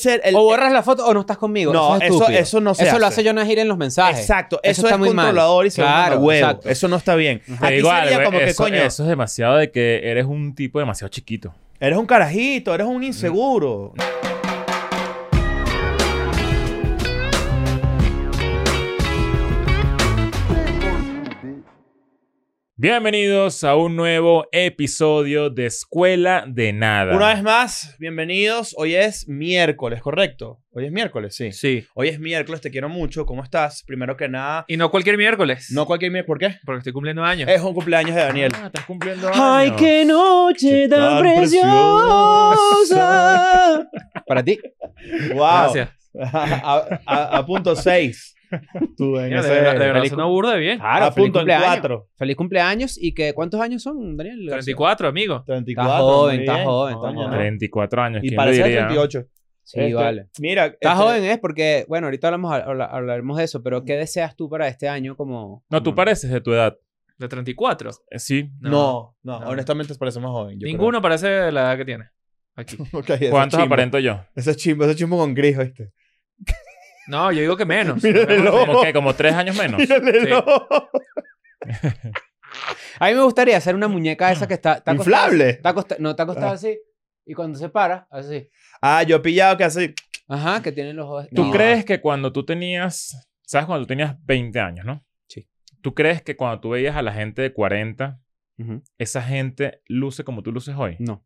ser el. eh, O borras la foto o no estás conmigo. No, es eso- estúpido. eso no se Eso lo hace. hace Jonah Hill en los mensajes. e-, Exacto, eso, está es muy mal. controlador y se Claro, llama huevo. exacto. Eso no está bien. Te Aquí digo sería algo, como que, eso, coño, eso es demasiado de que eres un tipo demasiado chiquito. eres un carajito, eres un inseguro. Bienvenidos a un nuevo episodio de Escuela de Nada. Una vez más, bienvenidos. Hoy es miércoles, ¿correcto? Hoy es miércoles, sí. Sí. Hoy es miércoles, te quiero mucho. ¿Cómo estás? Primero que nada, Y no cualquier miércoles. no cualquier miércoles. ¿Por qué? Porque estoy cumpliendo años. Es un cumpleaños de Daniel. Ah, estás cumpliendo Ay, años. qué noche tan Tan preciosa. Para ti. ¡Wow! Gracias. A, a- a punto 6. Tú en Mira, de ese- verdad, de verdad, película. suena burda de bien. Claro, a feliz punto en cumpleaños. 4. Feliz cumpleaños y que ¿cuántos años son, Daniel? 34, amigo. 34. Estás joven, muy estás bien. joven, estás Coño, joven. ¿no? 34 Y años, ¿quién lo parece de diría? 38. Sí, Este, vale. Mira, Estás este, joven, ¿es? Porque, bueno, ahorita hablamos, habla- hablaremos de eso, pero ¿qué deseas tú para este año como... No, tú como- pareces de tu edad. De 34. Eh, Sí. No, no, no. honestamente parece más joven. yo Ninguno parece la edad que tiene. Aquí. creo. Ok, ese ¿Cuántos chimbo. aparento yo? Ese chimbo, ese chimbo con gris, ¿viste? No, yo digo que menos. Mira el Menos. ojo. Como que como tres años menos. Sí. A mí me gustaría hacer una muñeca esa que está... está acostada- ¿Inflable? está acosta- no, está acostada Ah. así. Y cuando se para, así. Ah, yo he pillado que así. Ajá, que tienen los ojos... ¿Tú No. crees que cuando tú tenías, sabes cuando tú tenías 20 años, ¿no? Sí. ¿Tú crees que cuando tú veías a la gente de 40, Ujú. esa gente luce como tú luces hoy? No.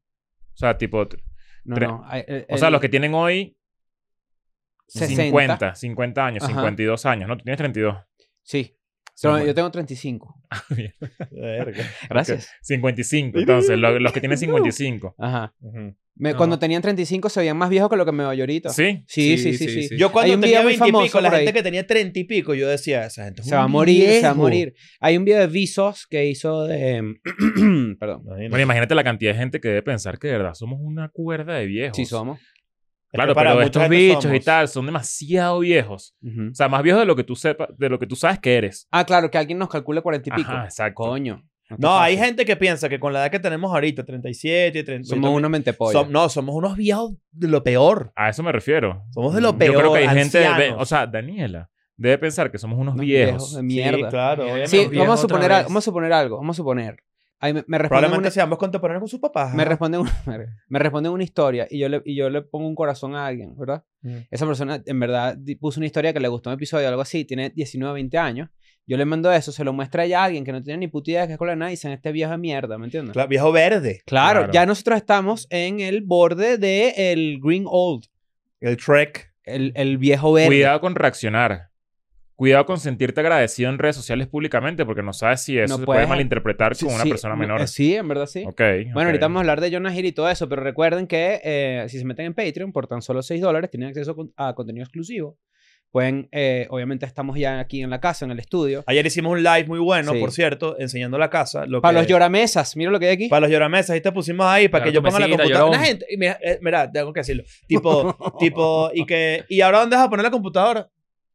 O sea, tipo, t- No, Tre- no. Ay, el- o sea, el los que tienen hoy 60. 50, 50 años, Ajá. 52 años, ¿no? Tú tienes 32. Sí. Sí, Pero bueno. Yo tengo 35. Verga. Gracias. 55, entonces, lo- los que tienen 55. Ajá. Ujú. Me- No. Cuando tenían 35 se veían más viejos que lo que me veo yo ahorita. ¿Sí? Sí, sí, Sí, sí, sí. sí, sí. Yo cuando Hay un tenía video muy 20 y pico, famoso la por gente ahí. que tenía 30 y pico, yo decía, esa gente es Se un va a morir, se va a viejo. morir. Hay un video de Visos que hizo de... Perdón. Imagínate. Bueno, imagínate la cantidad de gente que debe pensar que de verdad somos una cuerda de viejos. Sí somos. Es que Claro, para pero mucha estos gente bichos y somos. tal son demasiado viejos. Ujú. O sea, más viejos de lo que tú sepas, de lo que tú sabes que eres. Ah, claro, que alguien nos calcule 40 y pico. Ajá, exacto. Coño. te No, hay pases. gente que piensa que con la edad que tenemos ahorita, 37, 30. Somos unos mentepollas. Som- no, somos unos viejos de lo peor. A eso me refiero. Somos de lo Yo creo peor, que hay gente, de- ancianos. o sea, Daniela debe pensar que somos unos Unos viejos. de mierda. Sí, claro. obviamente. Sí, viejos vamos a, otra suponer al- vez. vamos a suponer algo. Vamos a suponer. Ahí me, me responden Probablemente una, seamos contemporáneos con sus papás. me ¿ah? responden una, me responden una historia y yo, le, y yo le pongo un corazón a alguien, ¿verdad? Mm. Esa persona en verdad di- puso una historia que le gustó un episodio o algo así, tiene 19, 20 años. Yo le mando eso, se lo muestra ella a alguien que no tiene ni puta idea de qué es escuela de nada y dicen, este viejo de mierda, ¿me entiendes? Claro, viejo verde. Claro, Claro. ya nosotros estamos en el borde del el green old, El Trek. el, el viejo verde. Cuidado con reaccionar. Cuidado con sentirte agradecido en redes sociales públicamente porque no sabes si eso No se puedes- puede malinterpretar Sí, con una sí, persona eh, menor. Sí, en verdad sí. Ok. Bueno, ahorita vamos a hablar de Jonah Hill y todo eso, pero recuerden que eh, si se meten en Patreon por tan solo 6 dólares tienen acceso con- a contenido exclusivo. Pueden, eh, obviamente estamos ya aquí en la casa, en el estudio. Ayer hicimos un live muy bueno, Sí. por cierto, enseñando la casa. Lo Para que- los lloramesas, mira lo que hay aquí. Para los lloramesas, ahí te pusimos ahí para Claro, que yo tu ponga la mesita, computadora. llorón. Una gente, y mira, eh, mira, tengo que decirlo. Tipo, tipo, y que, ¿y ahora dónde vas a poner la computadora?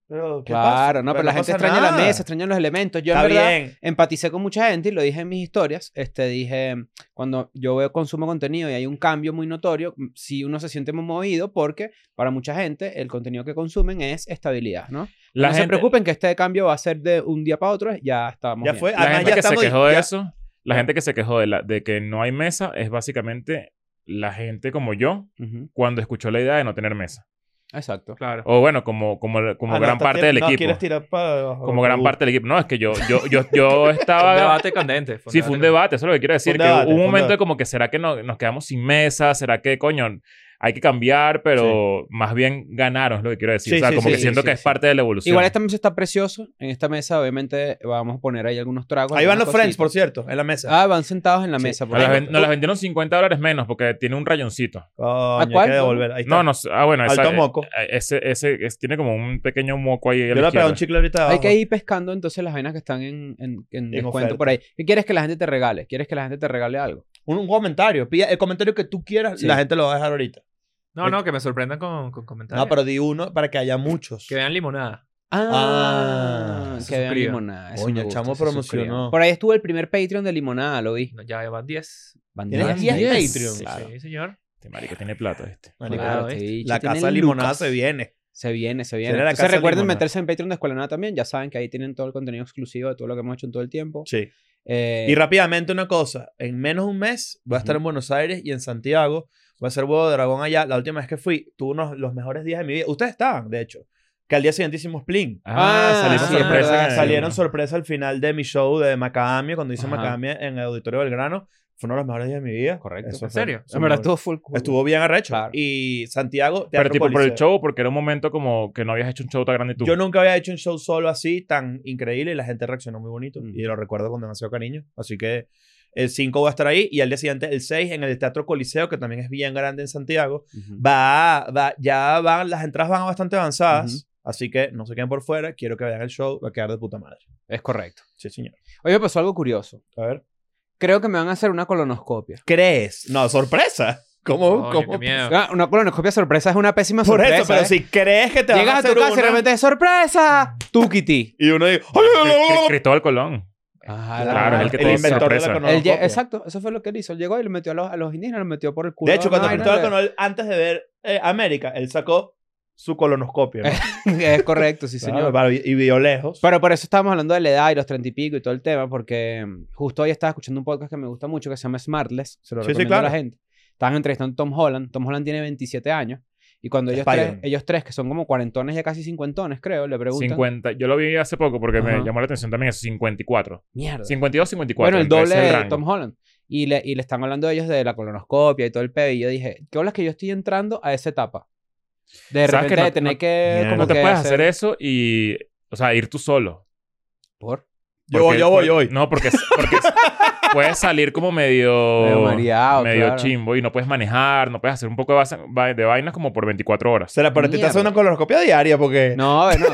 Pero, ¿qué pasa? claro, no, pero, la gente pasa extraña la nada. mesa, extraña los elementos. Yo Está en verdad bien. empaticé con mucha gente y lo dije en mis historias. Este, dije, cuando yo veo consumo contenido y hay un cambio muy notorio, m- sí uno se siente movido porque para mucha gente el contenido que consumen es estabilidad, ¿no? La no se gente, preocupen que este cambio va a ser de un día para otro, ya estamos Ya bien. fue. la Además, gente ya que se estamos. quejó de ya- eso, la gente que se quejó de, la, de que no hay mesa es básicamente la gente como yo Ujú, cuando escuchó la idea de no tener mesa. Exacto. Claro. O bueno, como, como, como Ah, no, gran estás parte tir- del no, quieres equipo. tirar para abajo. Como gran Uh, parte del equipo. No, es que yo, yo, yo, yo Fue un estaba debate candente. fue Oh, ah. Sí, fue un debate, eso es lo que quiero decir. un que debate, hubo un fue un momento de debate. como que será que no- nos quedamos sin mesa, será que coño, hay que cambiar, pero más bien ganaron, es lo que quiero decir. Sí, o sea, sí, como sí, que siento sí, que sí. es parte de la evolución. Igual esta mesa está precioso. En esta mesa, obviamente, vamos a poner ahí algunos tragos. Ahí van los algunas friends, por cositas. cierto, en la mesa. Ah, van sentados en la Sí. mesa. por Nos las, ahí. ven- nos las vendieron 50 dólares menos porque tiene un rayoncito. Coño, hay cuál? que devolver. Ahí está. No, no, sé. ah, bueno, esa- Alto moco. eh, ese, ese, es- tiene como un pequeño moco ahí. Yo a la le voy a pegar izquierda. un chicle ahorita. Hay abajo. que ir pescando entonces las vainas que están en, en, en descuento oferta. por ahí. ¿Qué quieres que la gente te regale? ¿Quieres que la gente te regale algo? Un, un comentario. Pilla el comentario que tú quieras, Sí. la gente lo va a dejar ahorita. No, no, que me sorprendan con, con comentarios. No, pero di uno para que haya muchos. Que vean limonada. Ah, se que vean suscriban. limonada. eso Coño, me el gusta, chamo se suscriban. promocionó. Por ahí estuvo el primer Patreon de limonada, lo vi. No, Ya van 10. Van Tienes diez, 10 diez. Patreon. Claro. Sí, señor. Este marico tiene plata, este. Marico, Claro, este ¿viste? bicho la tiene casa de limonada lucas. se viene. Se viene, se viene. Tiene la Entonces casa de recuerden limonada. meterse en Patreon de Escuela de Nada también. Ya saben que ahí tienen todo el contenido exclusivo de todo lo que hemos hecho en todo el tiempo. Sí. Eh, Y rápidamente una cosa, en menos de un mes voy a estar en Buenos Aires y en Santiago, voy a hacer huevo de dragón allá. La última vez que fui, tuve unos los mejores días de mi vida. Ustedes estaban, de hecho, que al día siguiente hicimos Plin. Ah, salimos sí, es sorpresa. verdad, en el- Salieron sorpresa al final de mi show de Macadamia, cuando hice Ajá. Macadamia en el Auditorio Belgrano. Fue uno de los mejores días de mi vida. Correcto. Eso ¿En fue- serio? eso en verdad fue- estuvo full cool. estuvo bien arrecho. Claro. Y Santiago, Pero Teatro tipo por el Coliseo. show, porque era un momento como que no habías hecho un show tan grande tú. Yo nunca había hecho un show solo así, tan increíble, y la gente reaccionó muy bonito. Mm. Y lo recuerdo con demasiado cariño. Así que el 5 va a estar ahí y al día siguiente, el 6, en el Teatro Coliseo, que también es bien grande en Santiago, Ujú. va, va ya van, las entradas van bastante avanzadas. Así que no se queden por fuera. Quiero que vean el show, va a quedar de puta madre. Es correcto. Sí, señor. Hoy me pasó algo curioso. A ver. Creo que me van a hacer una colonoscopia. ¿Crees? No, sorpresa. ¿Cómo? Coño, Oh, cómo? qué miedo. Ah, Una colonoscopia sorpresa es una pésima Por sorpresa. eso, pero ¿eh? si crees que te van a Llegas a hacer tu casa y una- realmente es sorpresa. Tú, Kitty. Y uno dice, "Ay, ay, ay, ay, Cri- ay". Cristóbal Colón. Ah, Claro, es el que te dice inventor de la sorpresa. cronología. Él lle- exacto, eso fue lo que él hizo. Él llegó y le metió a los, a los indígenas, los metió por el culo. De hecho, a la cuando vaina, Cristóbal le- Colón, antes de ver eh, América, él sacó su colonoscopio. ¿no? es correcto, sí, señor. Claro, para- y vio lejos. Pero por eso estábamos hablando de la edad y los treinta y pico y todo el tema, porque mm, justo hoy estaba escuchando un podcast que me gusta mucho que se llama Smartless. Se lo Sí, sí, recomiendo a la claro. gente. Estaban entrevistando a Tom Holland. Tom Holland tiene 27 años. Y cuando ellos tres, Spider-Man. ellos tres, que son como cuarentones, ya casi cincuentones, creo, le preguntan. 50. Yo lo vi hace poco porque Ajá. me llamó la atención también eso. 54. Mierda. 52, 54. Bueno, el entre doble ese de rango. Tom Holland. Y le, y le están hablando ellos de la colonoscopia y todo el pedo. Y yo dije, ¿qué hablas que yo estoy entrando a esa etapa? De ¿Sabes repente que no- de tener no- que... Mierda. como No te que puedes hacer eso y... O sea, ir tú solo. ¿Por? Yo Porque- voy, yo voy, yo por- voy. No, porque, porque puedes salir como medio... Medio mareado, medio claro. chimbo y no puedes manejar, no puedes hacer un poco de, basa- va- de vainas como por 24 horas. Será, pero te Mierda. hace una colonoscopia diaria porque... No, a ver, no.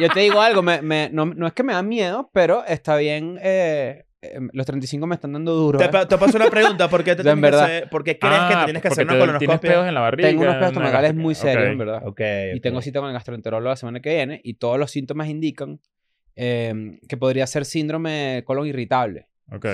Yo te digo algo, me, me- no, no es que me da miedo, pero está bien. eh, eh, los 35 me están dando duro. Te, ¿eh? pa- te paso una pregunta. ¿Por qué, te En tienes que verdad. hacer- por qué crees que te Ah, tienes que hacer porque una te- Tienes colonoscopia? pedos en la barriga. Tengo unos pedos una estomacales muy gastritis. serios, en Ok. verdad. Ok, pues. Y ok. tengo cita con el gastroenterólogo la semana que viene y todos los síntomas indican eh, que podría ser síndrome de colon irritable. Ok.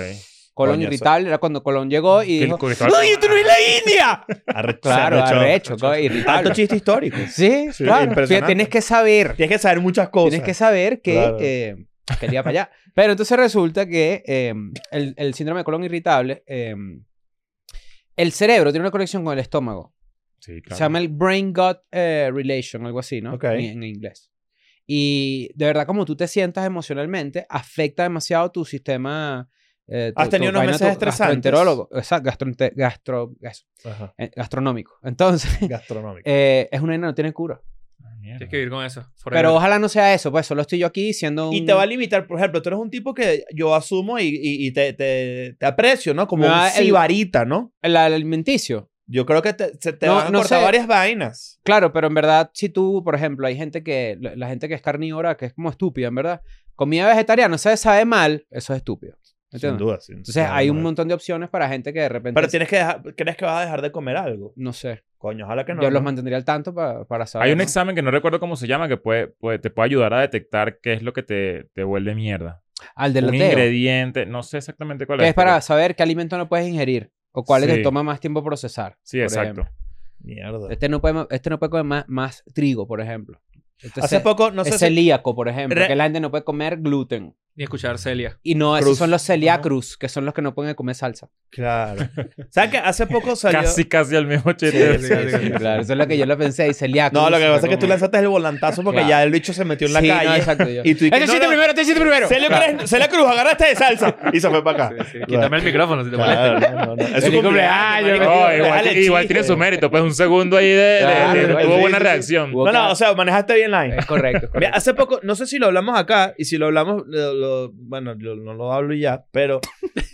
Colon Coño, eso- irritable era cuando Colon llegó y Que el dijo, Cristóbal- ¡Ay, esto no es la India! Arrecho, claro, arrecho. arrecho, co- Ah, irritable. Tanto chiste histórico. Sí, Sí, claro. impresionante. Fíjate, tienes que saber. Tienes que saber muchas cosas. Tienes que saber que Claro. eh, quería para allá. Pero entonces resulta que eh, el, el síndrome de colon irritable, eh, el cerebro tiene una conexión con el estómago. Sí, claro. Se llama el brain-gut eh, relation, algo así, ¿no? Ok. En, en inglés. Y de verdad, como tú te sientas emocionalmente, afecta demasiado tu sistema. eh, tu- Has tenido tu unos vaina, meses tu estresantes. gastroenterólogo, exacto, gastroente- gastro- gas- Ajá. eh, gastronómico. Entonces, Gastronómico. eh, es una vaina que no tiene cura. Ah, Mierda. Tienes que vivir con eso. forever. Pero ojalá no sea eso, pues solo estoy yo aquí siendo un... Y te va a limitar, por ejemplo, tú eres un tipo que yo asumo y, y- y te, te- te aprecio, ¿no? Como Me un va el- sibarita, ¿no? El alimenticio. Yo creo que te, se te No, van a no cortar sé. varias vainas. Claro, pero en verdad, si tú, por ejemplo, hay gente que, la la gente que es carnívora, que es como estúpida, en verdad, comida vegetariana, se sabe mal, eso es estúpido. ¿Entiendes? duda. sin- Entonces sin hay un duda. montón de opciones para gente que de repente... Pero tienes que dejar, crees que vas a dejar de comer algo. No sé. Coño, ojalá que no. yo los ¿no? mantendría al tanto para, para saber. Hay un ¿no? examen que no recuerdo cómo se llama que puede, puede- te puede ayudar a detectar qué es lo que te, te vuelve mierda. Al del un ateo, ingrediente, no sé exactamente cuál Que es para pero- saber qué alimento no puedes ingerir o cuál es que Sí. toma más tiempo procesar. Sí, por exacto. ejemplo. Mierda. Este no puede, ma- este no puede comer más, más trigo, por ejemplo. Este Hace ce- poco, no sé es si... celíaco, por ejemplo, Re- que la gente no puede comer gluten. Ni escuchar Celia. Y no, esos Cruz. son los celiacrus, celiacrus, que son los que no pueden comer salsa. Claro. ¿Sabes que Hace poco salió... Casi, casi al mismo chete. Sí, sí, sí, sí. claro, eso es lo que yo lo pensé, y celiacrus. No, lo que pasa es que tú como- lanzaste el volantazo porque Claro. ya el bicho se metió en la Sí, no, calle. exacto, yo. Y tú... y que, ¡Este no, siete no, primero, este siete primero! Celio Cruz- Celio Cruz, agarraste de salsa. Y se fue para acá. Sí, sí. Quítame el micrófono si te molesta. Claro, no, no, no. Es su Feliz cumpleaños. cumpleaños, marico. No, Dale igual, el igual chiste. tiene su mérito, pues un segundo ahí de, de- Claro, de- igual, tuvo sí, buena sí, sí. reacción. Hubo No, no, cada- o sea, manejaste bien la vaina. Es correcto, es Mira, Eh, correcto. hace poco, no sé si lo hablamos acá y si lo hablamos, lo- lo- bueno, yo no lo hablo y ya, pero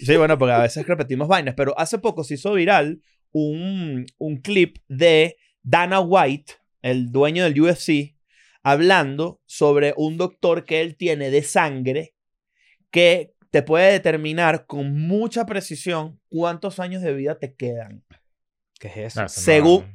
sí, bueno, porque a veces repetimos vainas, pero hace poco se hizo viral un, un clip de Dana White, el dueño del UFC, hablando sobre un doctor que él tiene de sangre que te puede determinar con mucha precisión cuántos años de vida te quedan. ¿Qué es eso? No, eso no. Según-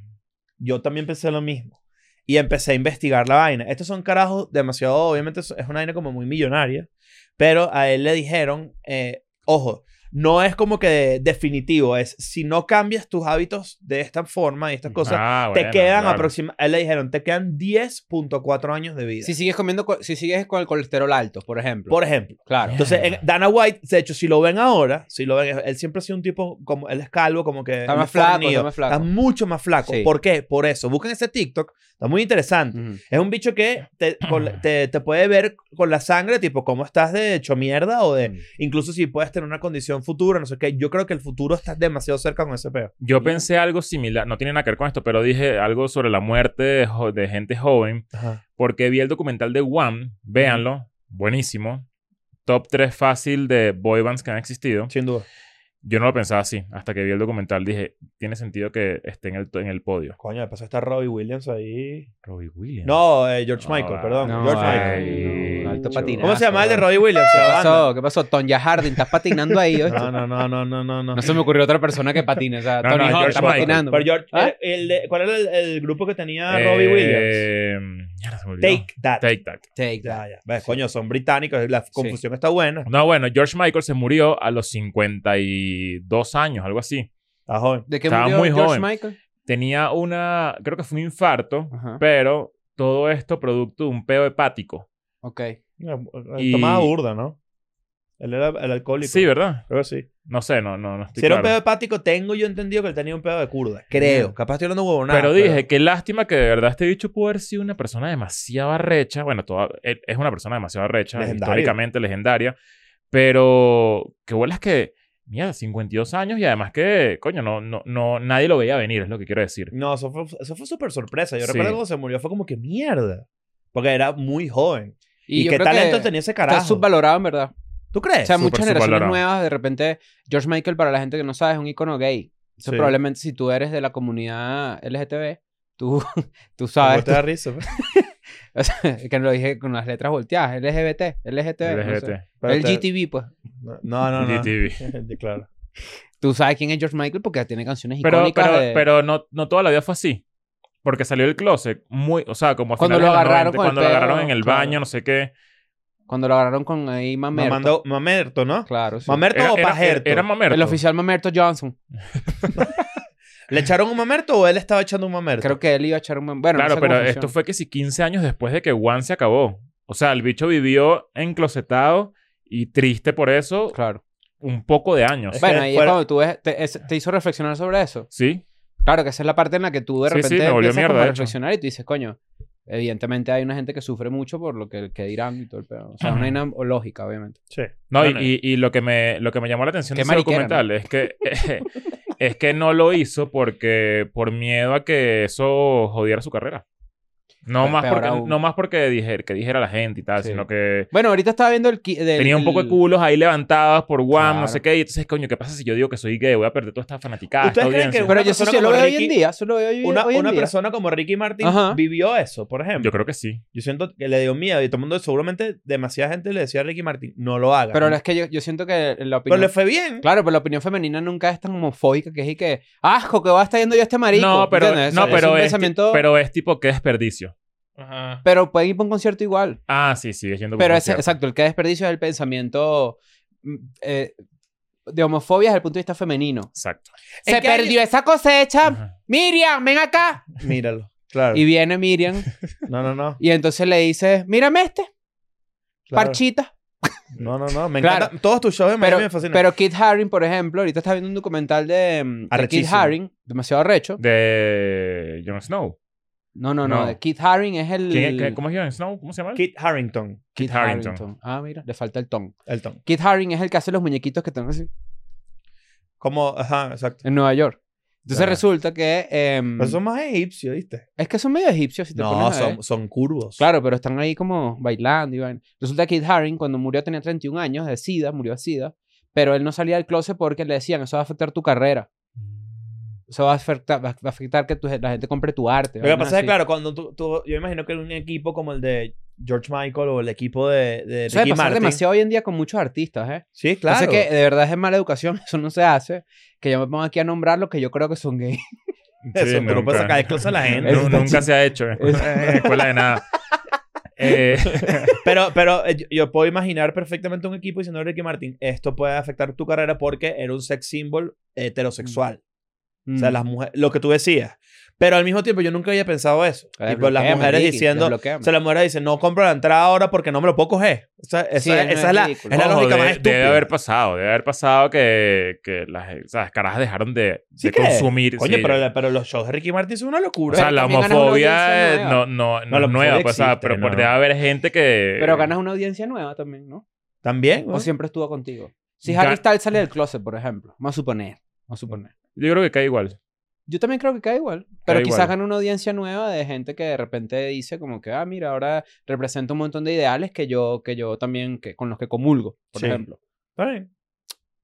Yo también pensé lo mismo. Y empecé a investigar la vaina. Estos son carajos demasiado, obviamente es es una vaina como muy millonaria, pero a él le dijeron, eh, ojo, no es como que de- definitivo, es si no cambias tus hábitos de esta forma y estas cosas, Ah, te bueno, quedan claro. aproximadamente, le dijeron, te quedan 10.4 años de vida. Si sigues comiendo, co- si sigues con el colesterol alto, por ejemplo. Por ejemplo. claro. Entonces, Mierda. en- Dana White, de hecho, si lo ven ahora, si lo ven, él siempre ha sido un tipo como, él es calvo, como que. Está más flaco, fornido. está más flaco. mucho más flaco. Sí. ¿Por qué? Por eso. Busquen ese TikTok, está muy interesante. Ujú. Es un bicho que te, con la- te, te puede ver con la sangre, tipo, cómo estás de hecho mierda o de. Incluso si puedes tener una condición futura, no sé qué. Yo creo que el futuro está demasiado cerca con ese peo. Yo pensé algo similar, no tiene nada que ver con esto, pero dije algo sobre la muerte de, jo- de gente joven, porque vi el documental de Wham, véanlo, buenísimo. Top 3 fácil de boy bands que han existido. Sin duda. Yo no lo pensaba así, hasta que vi el documental dije, tiene sentido que esté en el, en el podio. Coño, de paso está Robbie Williams ahí. Robbie Williams. No, eh, George No, Michael, va. perdón. No, George ay, Michael. no, alto Chavo. patinazo, ¿Cómo se llama el de bro. Robbie Williams? ¿Qué Banda. pasó? ¿Qué pasó? Tonya Harding, estás patinando ahí. ¿oíste? No, no, no, no, no, no, no. No se me ocurrió otra persona que patine. O sea, No, Tony no, Hawk George está Michael. patinando. Pero George, eh, ¿Ah? el- el de- ¿cuál era el, el grupo que tenía Robbie Williams? Williams. Take That. Eh, Take That. Take that. Ya, ya. Ves, coño, son británicos, la confusión está buena. No, bueno, George Michael se murió a los 52 años, algo así. Está joven. ¿De qué Estaba murió muy George joven. Michael? Tenía una, creo que fue un infarto, Ajá. pero todo esto producto de un peo hepático. Ok. Y- eh, Tomaba burda, ¿no? Él era el alcohólico. Sí, ¿verdad? Creo que sí. No sé, no, no, no estoy Si era un claro. pedo hepático, tengo yo entendido que él tenía un pedo de curda. Creo. Capaz estoy hablando huevonada. Pero dije, qué lástima que de verdad este bicho pudo haber sido una persona demasiado arrecha. Bueno, toda, él es una persona demasiado arrecha, Legendario. históricamente legendaria. Pero qué es que, mira, 52 años y además que, coño, no, no, no, nadie lo veía venir, es lo que quiero decir. No, eso fue eso fue súper sorpresa. Yo Sí. recuerdo cuando se murió, fue como que mierda. Porque era muy joven. ¿Y, yo qué creo talento que tenía ese Está carajo? subvalorado, en verdad. ¿Tú crees? O sea, súper muchas generaciones subvalorado. nuevas, de repente, George Michael, para la gente que no sabe, es un icono gay. Entonces, Sí. probablemente si tú eres de la comunidad LGTB, tú, tú ¿Cómo sabes te da risa? pues. o sea, que lo dije con las letras volteadas, LGBT, LGTB, no sé. LGBT. el GTV, pues. No, no, no. DTV. claro. Tú sabes quién es George Michael porque tiene canciones Pero, icónicas. pero, de- pero no, no toda la vida fue así. Porque salió del closet muy, o sea, como a Cuando finales lo de los agarraron 90, con el cuando lo agarraron pedo, en el claro. baño, no sé qué. Cuando lo agarraron con ahí Mamerto. Mamerto, Mamerto ¿no? Claro, sí. ¿Mamerto Era, o era, era, Pajerto? era mamerto. El oficial Mamerto Johnson. ¿Le echaron un Mamerto o él estaba echando un Mamerto? Creo que él iba a echar un... Bueno, no claro, sé cómo pero funciona. esto fue que si 15 años después de que Juan se acabó. O sea, el bicho vivió enclosetado y triste por eso Claro. un poco de años. Es que Bueno, ahí es fuera- cuando tú ves... Te, es- te hizo reflexionar sobre eso. ¿Sí? Claro que esa es la parte en la que tú de Sí, sí, repente me volvió empiezas mierda, como a de hecho. reflexionar y tú dices, coño, evidentemente hay una gente que sufre mucho por lo que, que dirán y todo el pedo. O sea, Ajá. una vaina lógica, obviamente. Sí. No, y- Bueno, y, y lo, que me, lo que me llamó la atención Qué de ese mariquera, documental es que... Es que no lo hizo porque por miedo a que eso jodiera su carrera. No, Pe- más peor porque, aún. no más porque dije- que dijera la gente y tal, Sí. sino que Bueno, ahorita estaba viendo el... qui- del- Tenía un poco de el- culos ahí levantados por Guam, no Claro. sé qué. Y entonces, coño, ¿qué pasa si yo digo que soy gay? Voy a perder toda esta fanaticada, esta ¿Ustedes creen audiencia. que- Pero Una yo sí persona sí lo como veo hoy Ricky- en día. Eso lo veo hoy, Una, hoy en una día. persona como Ricky Martin Ajá. vivió eso, por Yo ejemplo. creo que sí. Yo siento que le dio miedo y todo el mundo, seguramente demasiada gente le decía a Ricky Martin, no lo haga. Pero es que yo, yo siento que la Pero opinión... le fue bien. Claro, pero la opinión femenina nunca es tan homofóbica que es y que, asco, que va a estar yendo yo a este marico. no, pero, ¿entiendes? no, Eso pero, es un es, pensamiento, pero... pero es tipo, qué desperdicio. Ajá. pueden ir para un concierto igual. Ah, sí, sí, yendo por Pero un ese, concierto. exacto, el que desperdicio es el pensamiento mm, eh, de homofobia desde el punto de vista femenino. Exacto. Es Se que hay- perdió esa cosecha. Ajá. Miriam, ven acá. Míralo. Claro. Y viene Miriam No, no, no. y entonces le dices, mírame este, Claro. parchita. No, no, no. Me Claro. encanta. Todos tus shows de Miami Pero, me fascinan. pero Kit Haring, por ejemplo, ahorita está viendo un documental de, mm, de Kit Arrechísimo. Haring, demasiado recho. De Jon Snow. No, no, no, No. de Kit Haring es el... ¿Quién- qué- ¿Cómo es Jon Snow? ¿Cómo se llama? él? Kit Harrington. Kit Harington. Harington. Ah, mira, le falta el ton. Elton. Kit Haring es el que hace los muñequitos que están así Como, ajá, exacto. en Nueva York. Entonces Claro. resulta que. em, Pero son más egipcios, ¿viste? Es que son medio egipcios, si te No, pones a ver. son, son curvos. Claro, pero están ahí como bailando y vaina. Resulta que Kit Haring, cuando murió, tenía 31 años de SIDA, murió de SIDA. Pero él no salía del closet porque le decían, eso va a afectar tu carrera. Eso va a afectar, va a afectar que tu- la gente compre tu arte. Lo que vainas pasa es así. que, claro, cuando tú, tú- yo imagino que un equipo como el de George Michael o el equipo de, de Eso debe Ricky pasar Martin. demasiado hoy en día con muchos artistas, ¿eh? Sí, claro. Claro. Entonces que de verdad es mala educación, eso no se hace. Que yo me pongo aquí a nombrar lo que yo creo que son gays. Eso, pero pues nunca. puedes sacar de cosas a la gente. Nu- Está nunca se ha hecho. En escuela de nada. Eh, Pero, pero eh, yo, yo puedo imaginar perfectamente un equipo diciendo Ricky Martin, esto puede afectar tu carrera porque era un sex symbol heterosexual. Mm. O sea, las mujeres, lo que tú decías. Pero al mismo tiempo yo nunca había pensado eso. Desbloquéame, Tipo, las mujeres Ricky, diciendo, desbloquéame. o sea, las mujeres dicen, no compro la entrada ahora porque no me lo puedo coger. O sea, esa, Sí, es esa es, la, es ridículo. la ojo, lógica de- más estúpida. Debe haber pasado, debe haber pasado que, que las, o sea, las carajas dejaron de, Sí de que- consumir. Coño, sí. pero, la- pero los shows de Ricky Martin son una O locura. sea, Pero la también ganas una homofobia audiencia eh, nueva. no, no, No, no, la es nueva, homofobia pues, o sea, existe, pero por- no. debe haber gente Eh. que... Pero ganas una audiencia nueva también, ¿no? También. O güey. siempre estuvo contigo. Si Ga- Harry Styles sale del closet, por ejemplo, vamos a suponer, vamos a suponer. Yo creo que cae igual. Yo también creo que cae igual, pero Cae quizás igual. gana una audiencia nueva de gente que de repente dice como que, ah, mira, ahora representa un montón de ideales que yo, que yo también, que, con los que comulgo, por Sí. ejemplo. Está bien.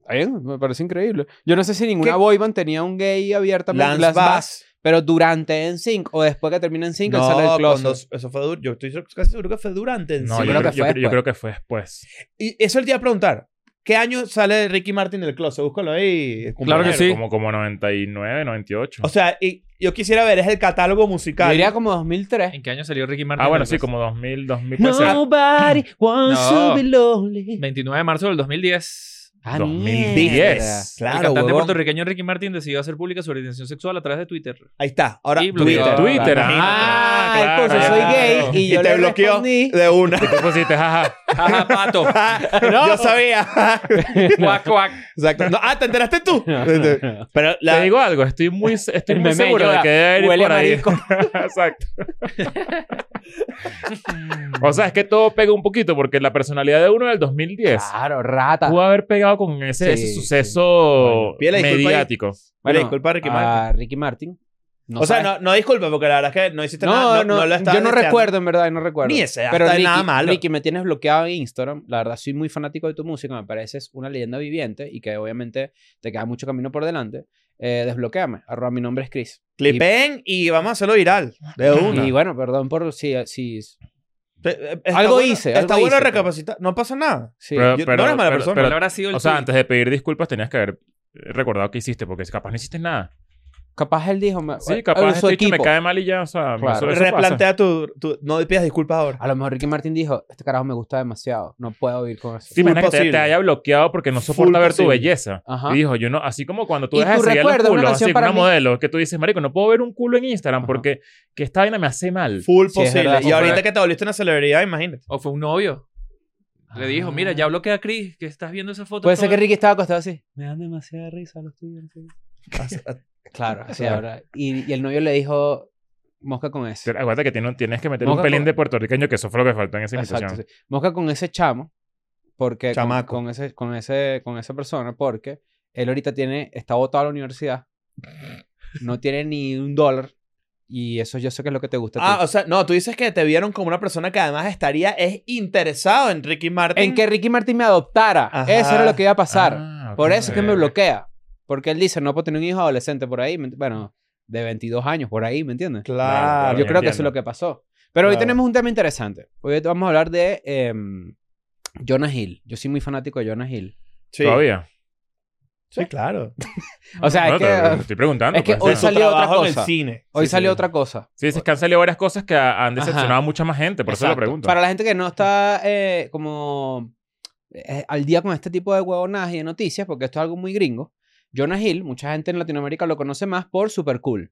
Está bien, me parece increíble. Yo no sé si ninguna ¿Qué? boyband tenía un gay abiertamente, Lance Lance Bass, Bass. pero durante NSYNC o después que termina NSYNC, él No, sale del closet. cuando eso fue dur- yo estoy casi seguro que fue durante. en No, sí. yo, creo creo que yo fue creo- yo creo que fue después. Y eso te iba a preguntar. ¿Qué año sale Ricky Martin del closet? Búscalo ahí. Claro que compañero. sí. Como, como 99, 98. O sea, y yo quisiera ver, es el catálogo musical. Yo diría como 2003. ¿En qué año salió Ricky Martin? Pues, ah, bueno, del sí, closet? como 2000, 2000. puede ser. Nobody wants No. to be lonely. 29 de marzo del 2010. Ah, 2010. mierda. el Claro, cantante huevón. puertorriqueño Ricky Martin decidió hacer pública su orientación sexual a través de Twitter. Ahí está. Ahora Y Twitter. bloqueó. Twitter, Ah, Ah, entonces claro. soy gay y yo te le bloqueó respondí. de una. Tú pusiste, jaja. Ajá, pato. Yo sabía. Cuac, cuac. Exacto. No, ah, ¿te enteraste tú? Pero la, Te digo algo, estoy muy, estoy El muy meme seguro llora, de que debe ir huele por a ahí. marisco. Exacto. o sea, es que todo pega un poquito porque la personalidad de uno del 2010 Ah. Claro, rata. pudo haber pegado con ese, ese Sí, sí. suceso Coño, pide la disculpa ahí. mediático. Mira, disculpa a Ricky a Ricky Martin. No o sea, sabes- no, no disculpa, porque la verdad es que no hiciste no, nada. no, lo estaba yo no deseando. recuerdo, en verdad, no recuerdo. Ni ese, Pero hasta Ricky, nada malo. Ricky, me tienes bloqueado en Instagram. La verdad, soy muy fanático de tu música. Me pareces una leyenda viviente y que obviamente te queda mucho camino por delante. Eh, desbloquéame. Arroba, mi nombre es Chris. Clipen y vamos a hacerlo viral. De una. Y bueno, perdón por si... si Te- eh, está Algo bueno- hice, Está algo bueno hice, pero- recapacitar. No pasa nada. sí. Pero- Yo- no eres mala persona. ¿Cuál pero- habrá sido el o sea, tweet? antes de pedir disculpas tenías que haber recordado que hiciste porque capaz no hiciste nada. Capaz él dijo... me- Sí, o capaz su este dicho me equipo. cae mal y ya, o sea, Claro. eso- eso pasa. Replantea tu, tu- No pidas disculpas ahora. A lo mejor Ricky Martin dijo, este carajo me gusta demasiado, no puedo vivir con eso. Sí, Full imagina que te, posible. te haya bloqueado porque no Full soporta ver tu posible. belleza. Ajá. Y dijo, yo no, así como cuando tú Y dejas tú de seguir los recuerdas una culos, canción así para una mí. modelo, que tú dices, marico, no puedo ver un culo en Instagram Ajá. porque que esta vaina me hace mal. Full Sí, es posible. verdad. Y ahorita que te volviste una celebridad, imagínate. O fue un novio. Le dijo, mira, ya bloquea a Chris, que estás viendo esa foto. Puede ser que toda- Ricky estaba acostado así. Me dan demasiada risa los tuyos. Claro, así Claro. ahora. Y, y el novio le dijo, mosca con Te- ese. Acuérdate que tiene- tienes que meter Mosca un pelín con- de puertorriqueño, que eso fue lo que faltó en esa Exacto, invitación. sí. Mosca con ese chamo, porque... con- Chamaco. Con, ese, con, ese, con esa persona, porque él ahorita tiene, está votado a la universidad, no tiene ni un dólar, y eso yo sé que es lo que te gusta. a Ah, ti. o sea, no, tú dices que te vieron como una persona que además estaría es interesado en Ricky Martin. en que Ricky Martin me adoptara. Ajá. Eso era lo que iba a pasar. Ah, ok. Por eso es que me bloquea. Porque él dice, no puedo tener un hijo adolescente por ahí. ¿me ent- Bueno, de 22 años por ahí, ¿me entiendes? Claro. Claro, Yo creo que entiendo. eso es lo que pasó. Pero hoy Claro. tenemos un tema interesante. Hoy vamos a hablar de em, Jonah Hill. Yo soy muy fanático de Jonah Hill. Sí. Todavía. Sí, claro. O sea, No, es te- te que ah, estoy preguntando. es que pues, hoy o su sea. salió otra trabajo en el cosa. cine. hoy Sí, salió sí. otra cosa. Sí, dices que han salido varias cosas que ha- han decepcionado a mucha más gente, por eso lo Exacto. pregunto. Para la gente que no está eh, como eh, al día con este tipo de huevonadas y de noticias, porque esto es algo muy gringo, Jonah Hill, mucha gente en Latinoamérica lo conoce más por Super Cool.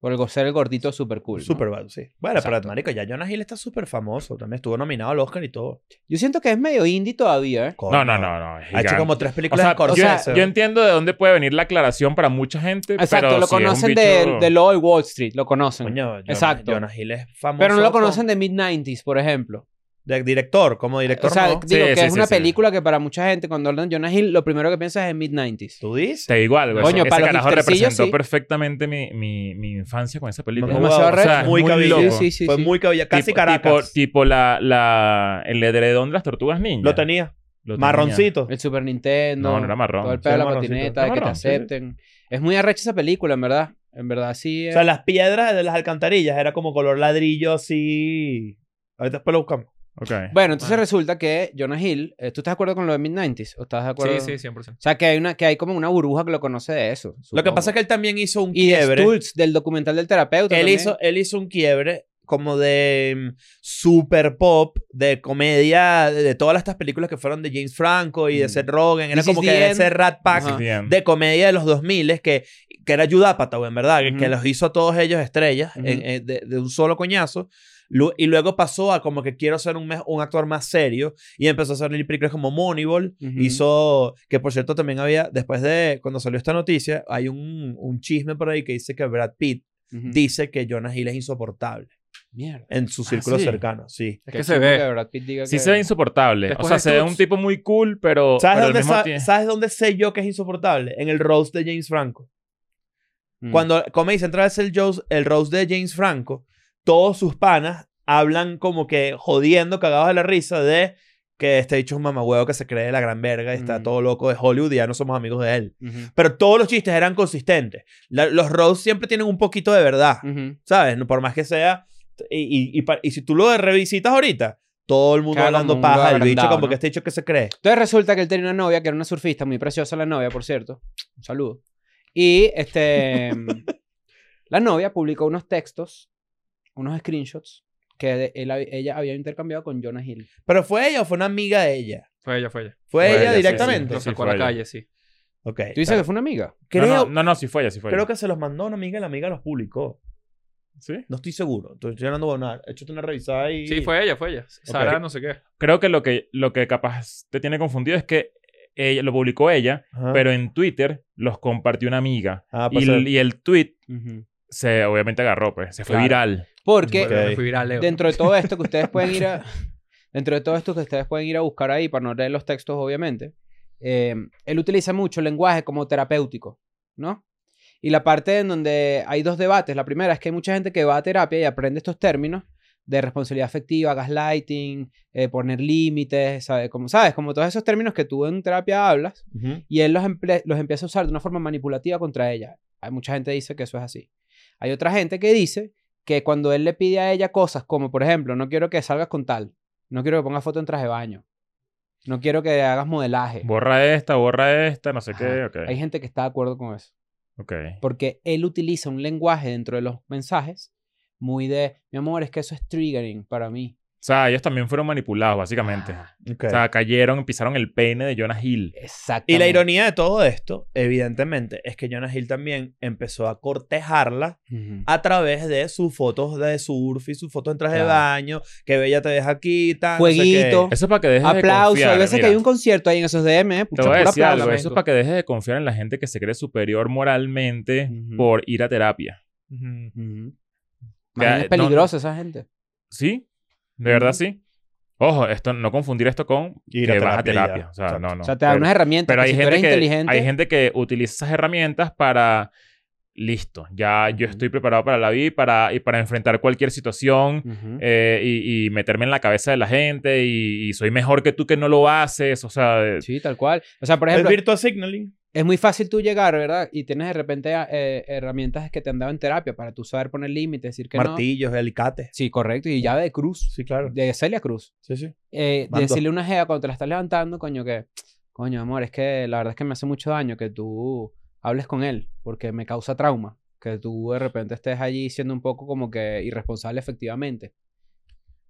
Por el, go- ser el gordito Super Cool. ¿no? Super bad, sí. Bueno, pero Exacto. marico, ya Jonah Hill está súper famoso. También estuvo nominado al Oscar y todo. Yo siento que es medio indie todavía, ¿eh? No, no, no, no. es Ha hecho gigante. como tres o películas sea, de yo, Scorsese. yo entiendo de dónde puede venir la aclaración para mucha gente, Exacto, pero lo sí, es un conocen bicho- de, de Law y Wall Street, lo conocen. Coño, Jonah, Exacto. Jonah Hill es famoso. pero no lo como- conocen de mid-90s, por ejemplo. de director, como O director. sea, no. digo Sí, que sí, es sí, una sí. película que para mucha gente, cuando hablan de Jonah Hill, lo primero que piensas es en mid-90s. Tú dices. Te digo algo. Coño, ese, para ese los carajo hipstercillos, representó sí. perfectamente mi, mi, mi infancia con esa película. No, Es demasiado wow, reto. o sea, es muy muy cabilla. loco. Sí, sí, sí. Fue sí. muy cabilla. Casi tipo, Caracas. Tipo, tipo la, la, el edredón de las tortugas ninja. lo tenía. Lo tenía. Marroncito. El Super Nintendo. No, no era marrón. Todo el Sí, pedo de la era marroncito. patineta, de Era que te marrón, sí, sí. acepten. Es muy arrecha esa película, en verdad. En verdad, sí. eh. O sea, las piedras de las alcantarillas era como color ladrillo así. Ahorita después lo buscamos. Ok. Bueno, entonces Ah. resulta que Jonah Hill, eh, ¿tú estás de acuerdo con lo de Mid-90s? ¿O estás de acuerdo? Sí, sí, 100%. O sea, que hay, una, que hay como una burbuja que lo conoce de eso. Lo que pasa es que él también hizo un Y de quiebre. Stultz, del documental del terapeuta. Él también. hizo, él hizo un quiebre como de mm, super pop, de comedia, de, de todas estas películas que fueron de James Franco y de Mm. Seth Rogen. Era This is como the que end. ese Rat Pack Ajá. Bien. de comedia de los 2000 que, que era Judápata, en verdad, que- que Ujú. los hizo a todos ellos estrellas en- Ujú. eh, de, de un solo coñazo. Lu- Y luego pasó a como que quiero ser un, me- un actor más serio y empezó a hacer películas como Moneyball. Ujú. Hizo, que por cierto también había, después de cuando salió esta noticia, hay un, un chisme por ahí que dice que Brad Pitt Ujú. dice que Jonah Hill es insoportable Mierda. Ah, en su círculo sí. cercano, sí. Es Qué que se chico ve. que Brad Pitt diga Sí que- se ve insoportable. Después o sea, de se ve un Suits. tipo muy cool, pero, ¿Sabes pero al dónde, mismo sa- tiempo... ¿Sabes dónde sé yo que es insoportable? En el roast de James Franco. Mm. Cuando Comedy Central es el, roast- el roast de James Franco, todos sus panas hablan como que jodiendo, cagados de la risa, de que este dicho es un mamahuevo que se cree de la gran verga y está Mm. todo loco de Hollywood y ya no somos amigos de él. Ujú. Pero todos los chistes eran consistentes. La- los roasts siempre tienen un poquito de verdad, Ujú. ¿sabes? No, Por más que sea. Y, y- y pa- y si tú lo revisitas ahorita, todo el mundo Queda como hablando un paja huevo del bicho, agrandado, como ¿no? que este dicho que se cree. Entonces resulta que él tenía una novia que era una surfista, muy preciosa la novia, por cierto. Un saludo. Y este. la novia publicó unos textos, unos screenshots que de- él hab- ella había intercambiado con Jonah Hill. ¿Pero fue ella o fue una amiga de ella? Fue ella, fue ella. ¿Fue, Fue ella, ella, sí, directamente? Lo Sí, sacó fue a la ella. calle, sí. Ok. ¿Tú dices que fue una amiga? Creo, No, no, no, no, sí fue ella, sí fue Pues creo ella. que se los mandó una amiga y la amiga los publicó. ¿Sí? No estoy seguro. Estoy estoy hablando bueno, échate una revisada y... Sí, fue ella, fue ella. Sara, no sé qué. Creo que lo que, lo que capaz te tiene confundido es que ella, lo publicó ella, Ajá. pero en Twitter los compartió una amiga. Ah, pues, y, l- y el tweet Ujú. se obviamente agarró, pues. Se fue Claro. viral. Porque Ok. Bueno, me fui viral, Leo. dentro de todo esto que ustedes pueden ir a. Dentro de todo esto que ustedes pueden ir a buscar ahí, para no leer los textos, obviamente, eh, él utiliza mucho el lenguaje como terapéutico, ¿no? Y la parte en donde hay dos debates. La primera es que hay mucha gente que va a terapia y aprende estos términos de responsabilidad afectiva, gaslighting, eh, poner límites, ¿sabes? Como, ¿sabes? Como todos esos términos que tú en terapia hablas Ujú. y él los, emple- los empieza a usar de una forma manipulativa contra ella. Hay mucha gente que dice que eso es así. Hay otra gente que dice que cuando él le pide a ella cosas como, por ejemplo, no quiero que salgas con tal, no quiero que pongas foto en traje de baño, no quiero que hagas modelaje. Borra esta, borra esta, no sé qué. Ajá. Ok. Hay gente que está de acuerdo con eso. Ok. Porque él utiliza un lenguaje dentro de los mensajes muy de, mi amor, es que eso es triggering para mí. O sea, ellos también fueron manipulados, básicamente. Ah, Ok. O sea, cayeron, pisaron el peine de Jonah Hill. Exactamente. Y la ironía de todo esto, evidentemente, es que Jonah Hill también empezó a cortejarla Ujú. a través de sus fotos de surf y sus fotos en traje de Claro. baño, que bella te deja aquí, tal. no sé Fueguito. qué. Eso es para que dejes de Aplauso. confiar. Hay veces mira. que hay un concierto ahí en esos DM, ¿eh? Te Pucha, voy a puro decir aplauso. algo. Eso es para que dejes de confiar en la gente que se cree superior moralmente Ujú. por ir a terapia. Ujú. Ujú. sea, Marico, eh, es no- peligrosa esa gente. ¿Sí? ¿De verdad Ujú. sí? Ojo, esto, no confundir esto con Ir a que vas a terapia y ya. terapia. O sea, Exacto. no, no. o sea, te da Pero- unas herramientas. Pero que hay si tú gente, eres que, inteligente, hay gente que utiliza esas herramientas para. Listo, ya yo Ujú. estoy preparado para la vida y para, y para enfrentar cualquier situación Ujú. eh, y, y meterme en la cabeza de la gente y, y soy mejor que tú que no lo haces. O sea, eh, Sí, tal cual. O sea, por El ejemplo, virtual signaling. es muy fácil tú llegar, ¿verdad? Y tienes de repente eh, herramientas que te han dado en terapia para tú saber poner límites, decir que no. Martillos, alicates. Sí, correcto. Y llave de cruz. Sí, claro. De Celia Cruz. Sí, sí. Eh, Mando. decirle a una jeva cuando te la estás levantando, coño, que. Coño, amor, es que la verdad es que me hace mucho daño que tú hables con él porque me causa trauma. Que tú de repente estés allí siendo un poco como que irresponsable efectivamente.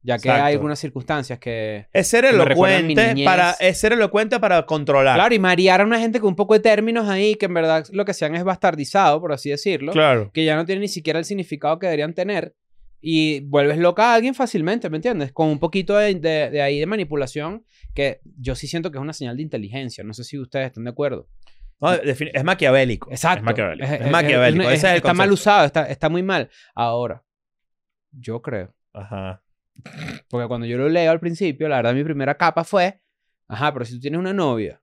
Ya que hay Exacto. algunas circunstancias que. Es ser Que me recuerda a mi elocuente niñez. para, es ser elocuente para controlar. Claro, y marear a una gente con un poco de términos ahí que en verdad lo que sean es bastardizado, por así decirlo. Claro. Que ya no tienen ni siquiera el significado que deberían tener. Y vuelves loca a alguien fácilmente, ¿me entiendes? Con un poquito de, de- de ahí de manipulación que yo sí siento que es una señal de inteligencia. No sé si ustedes están de acuerdo. No, defini- es maquiavélico. Exacto. maquiavélico. Es maquiavélico, ese es el está mal concepto. usado, está, está muy mal. Ahora, yo creo. Ajá. Porque cuando yo lo leo al principio, la verdad, mi primera capa fue: Ajá, pero si tú tienes una novia,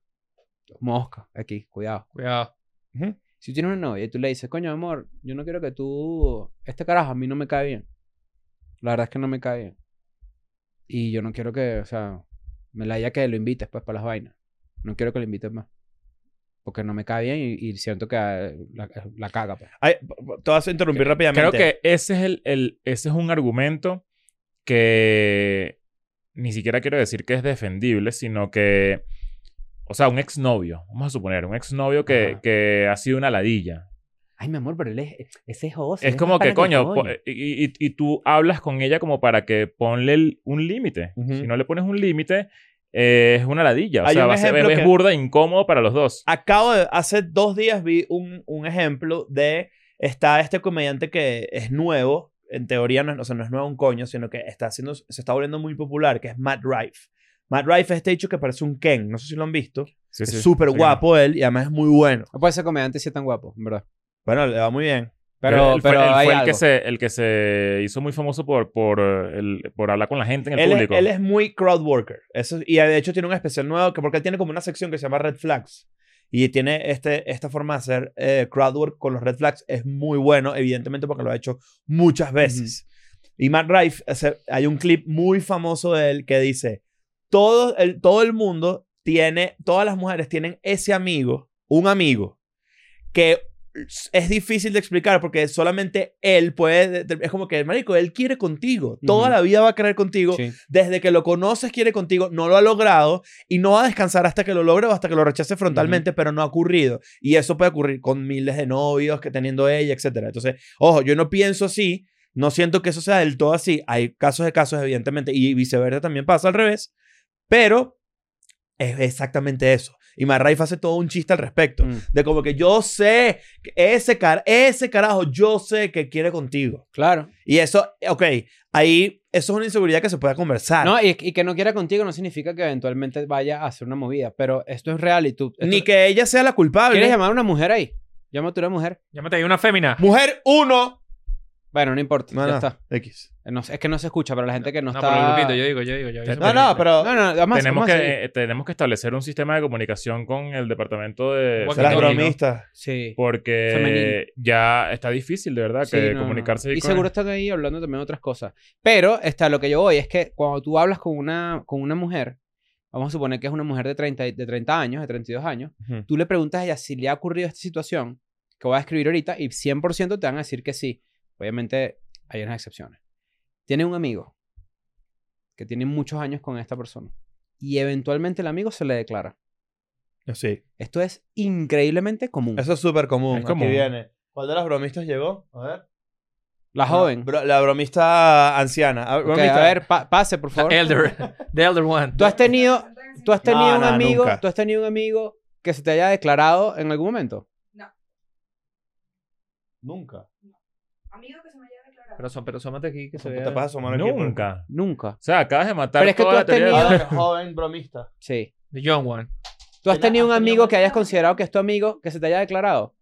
mosca, aquí, cuidado. Cuidado. Si tú tienes una novia y tú le dices, coño, amor, yo no quiero que tú. Este carajo a mí no me cae bien. La verdad es que no me cae bien. Y yo no quiero que, o sea, me la haya que lo invites, pues, para las vainas. No quiero que lo invites más. Porque no me cae bien y, y siento que ah, la, la caga, pues. Ay, p- p- te vas a interrumpir rápidamente. creo que ese es, el, el- ese es un argumento que ni siquiera quiero decir que es defendible, sino que. O sea, un exnovio, vamos a suponer, un exnovio que, Ajá. que ha sido una ladilla. Ay, mi amor, pero él es, ese es José. Es como que, coño, pues, po- y, y- y tú hablas con ella como para que ponle el- un límite. Ujú. Si no le pones un límite, eh, es una ladilla. O Hay sea, un va a ser, ejemplo es que- burda, e incómodo para los dos. Ah, Acabo de, hace dos días vi un, un ejemplo de, está este comediante que es nuevo, en teoría no es, o sea, no es nuevo un coño, sino que está haciendo, se está volviendo muy popular, que es Matt Rife. Matt Rife es este hecho que parece un Ken, no sé si lo han visto. Sí, sí. es súper Oigan, guapo él y además es muy bueno. No puede ser comediante si es tan guapo, en verdad. Bueno, le va muy bien. Pero, él fue, pero él fue hay el, algo. Que se, el que se hizo muy famoso por, por, eh, el- por hablar con la gente en el Él es, público. él es muy crowd worker. Eso, y de hecho tiene un especial nuevo, que porque él tiene como una sección que se llama Red Flags. Y tiene este, esta forma de hacer eh, crowd work con los Red Flags. Es muy bueno, evidentemente, porque lo ha hecho muchas veces. Y Matt Rife, hace- hay un clip muy famoso de él que dice, todo el, todo el mundo tiene, todas las mujeres tienen ese amigo, un amigo, que es difícil de explicar porque solamente él puede, es como que, marico, él quiere contigo, toda Ujú. la vida va a querer contigo, Sí. desde que lo conoces quiere contigo, no lo ha logrado y no va a descansar hasta que lo logre o hasta que lo rechace frontalmente, pero no ha ocurrido. Y eso puede ocurrir con miles de novios que teniendo ella, etcétera. Entonces, ojo, yo no pienso así, no siento que eso sea del todo así. Hay casos de casos, evidentemente, y viceversa también pasa al revés, pero es exactamente eso. Y Marraif hace todo un chiste al respecto. Mm. De como que yo sé, que ese, car ese carajo, yo sé que quiere contigo. Claro. Y eso, ok, ahí, eso es una inseguridad que se puede conversar. No, y, y que no quiera contigo no significa que eventualmente vaya a hacer una movida, pero esto es real y tú... esto- Ni que ella sea la culpable. ¿Quieres llamar a una mujer ahí? Llama a una mujer. Llámate ahí una fémina. Mujer 1. Bueno, no importa, No, ya no, está. X. Eh, no sé- es que no se escucha para la gente que no, No, está... por el grupito, yo digo, yo digo, yo digo. No, no, pero No, no, además, ¿cómo tenemos, que, así? eh, tenemos que establecer un sistema de comunicación con el departamento de... Walkie-talkie, se las ¿no? bromistas. Sí. Porque Femenil. ya está difícil, de verdad, Sí, que no, no, no. eh, comunicarse Y con- seguro están ahí hablando también otras cosas. Pero está, lo que yo voy es que cuando tú hablas con una, con una mujer, vamos a suponer que es una mujer de 30, y- de 30 años, de 32 años, Ujú. tú le preguntas a ella si le ha ocurrido esta situación que voy a escribir ahorita y 100% te van a decir que sí. Obviamente hay unas excepciones. Tiene un amigo que tiene muchos años con esta persona y eventualmente el amigo se le declara. Sí. Esto es increíblemente común. Eso es súper común. Es común. Aquí viene. ¿Cuál de las bromistas llegó? A ver. La joven. Bro- la bromista anciana. Ah, A ver, Ok, bromista. a ver, pa- pase, por favor. Elder. The Elder One. Tú has tenido, tú has tenido No, un no, amigo, nunca. tú has tenido un amigo que se te haya declarado en algún momento. Nunca. Amigo que se me haya declarado. Pero, son, pero sómate aquí que se ¿Cómo te vea. pasas a aquí? por- Nunca. Nunca. O sea, acabas de matar Pero es que toda tú la has teoría de- A tenido- ver, joven bromista. Sí. The Young One. ¿Tú Mira, ¿has has tenido un tenido amigo que amigos? hayas considerado que es tu amigo que se te haya declarado?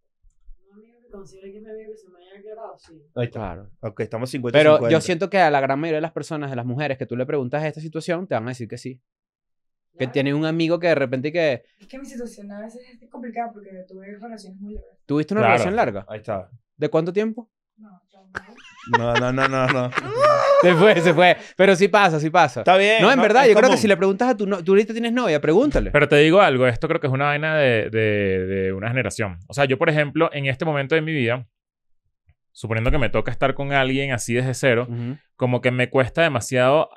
Un amigo que considere que es mi amigo que se me haya declarado, sí. Ahí está. Claro. Ok, estamos 50 Pero yo 50. siento que a la gran mayoría de las personas, de las mujeres que tú le preguntas esta situación, te van a decir que sí. Que Claro. tienen un amigo que de repente que Es que mi situación a veces es complicada porque tuve relaciones muy largas. tuviste una Claro. relación larga. Ahí está. ¿De cuánto tiempo? No, chao, no. No, no, no, no, no. Se fue, se fue. Pero sí pasa, sí pasa. Está bien. No, en verdad, es yo creo que común. si le preguntas a tu no, tú ahorita tienes novia, pregúntale. Pero te digo algo, esto creo que es una vaina de, de- de una generación. O sea, yo, por ejemplo, en este momento de mi vida, suponiendo que me toca estar con alguien así desde cero, Ujú. como que me cuesta demasiado,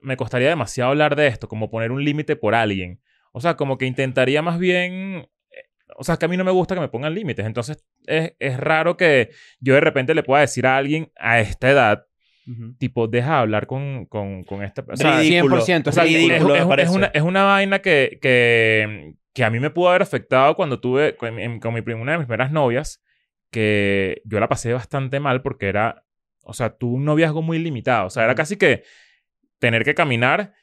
me costaría demasiado hablar de esto, como poner un límite por alguien. O sea, como que intentaría más bien... eh, O sea, es que a mí no me gusta que me pongan límites. Entonces, es, es raro que yo de repente le pueda decir a alguien a esta edad, Ujú. tipo, deja de hablar con, con, con esta sea, persona. Ridículo. 100%, O sea, es- ridículo, me es, es- parece. es una, es una vaina que, que, que a mí me pudo haber afectado cuando tuve con, en- con mi, prim- una de mis primeras novias, que yo la pasé bastante mal porque era, o sea, tuve un noviazgo muy limitado. O sea, era casi que tener que caminar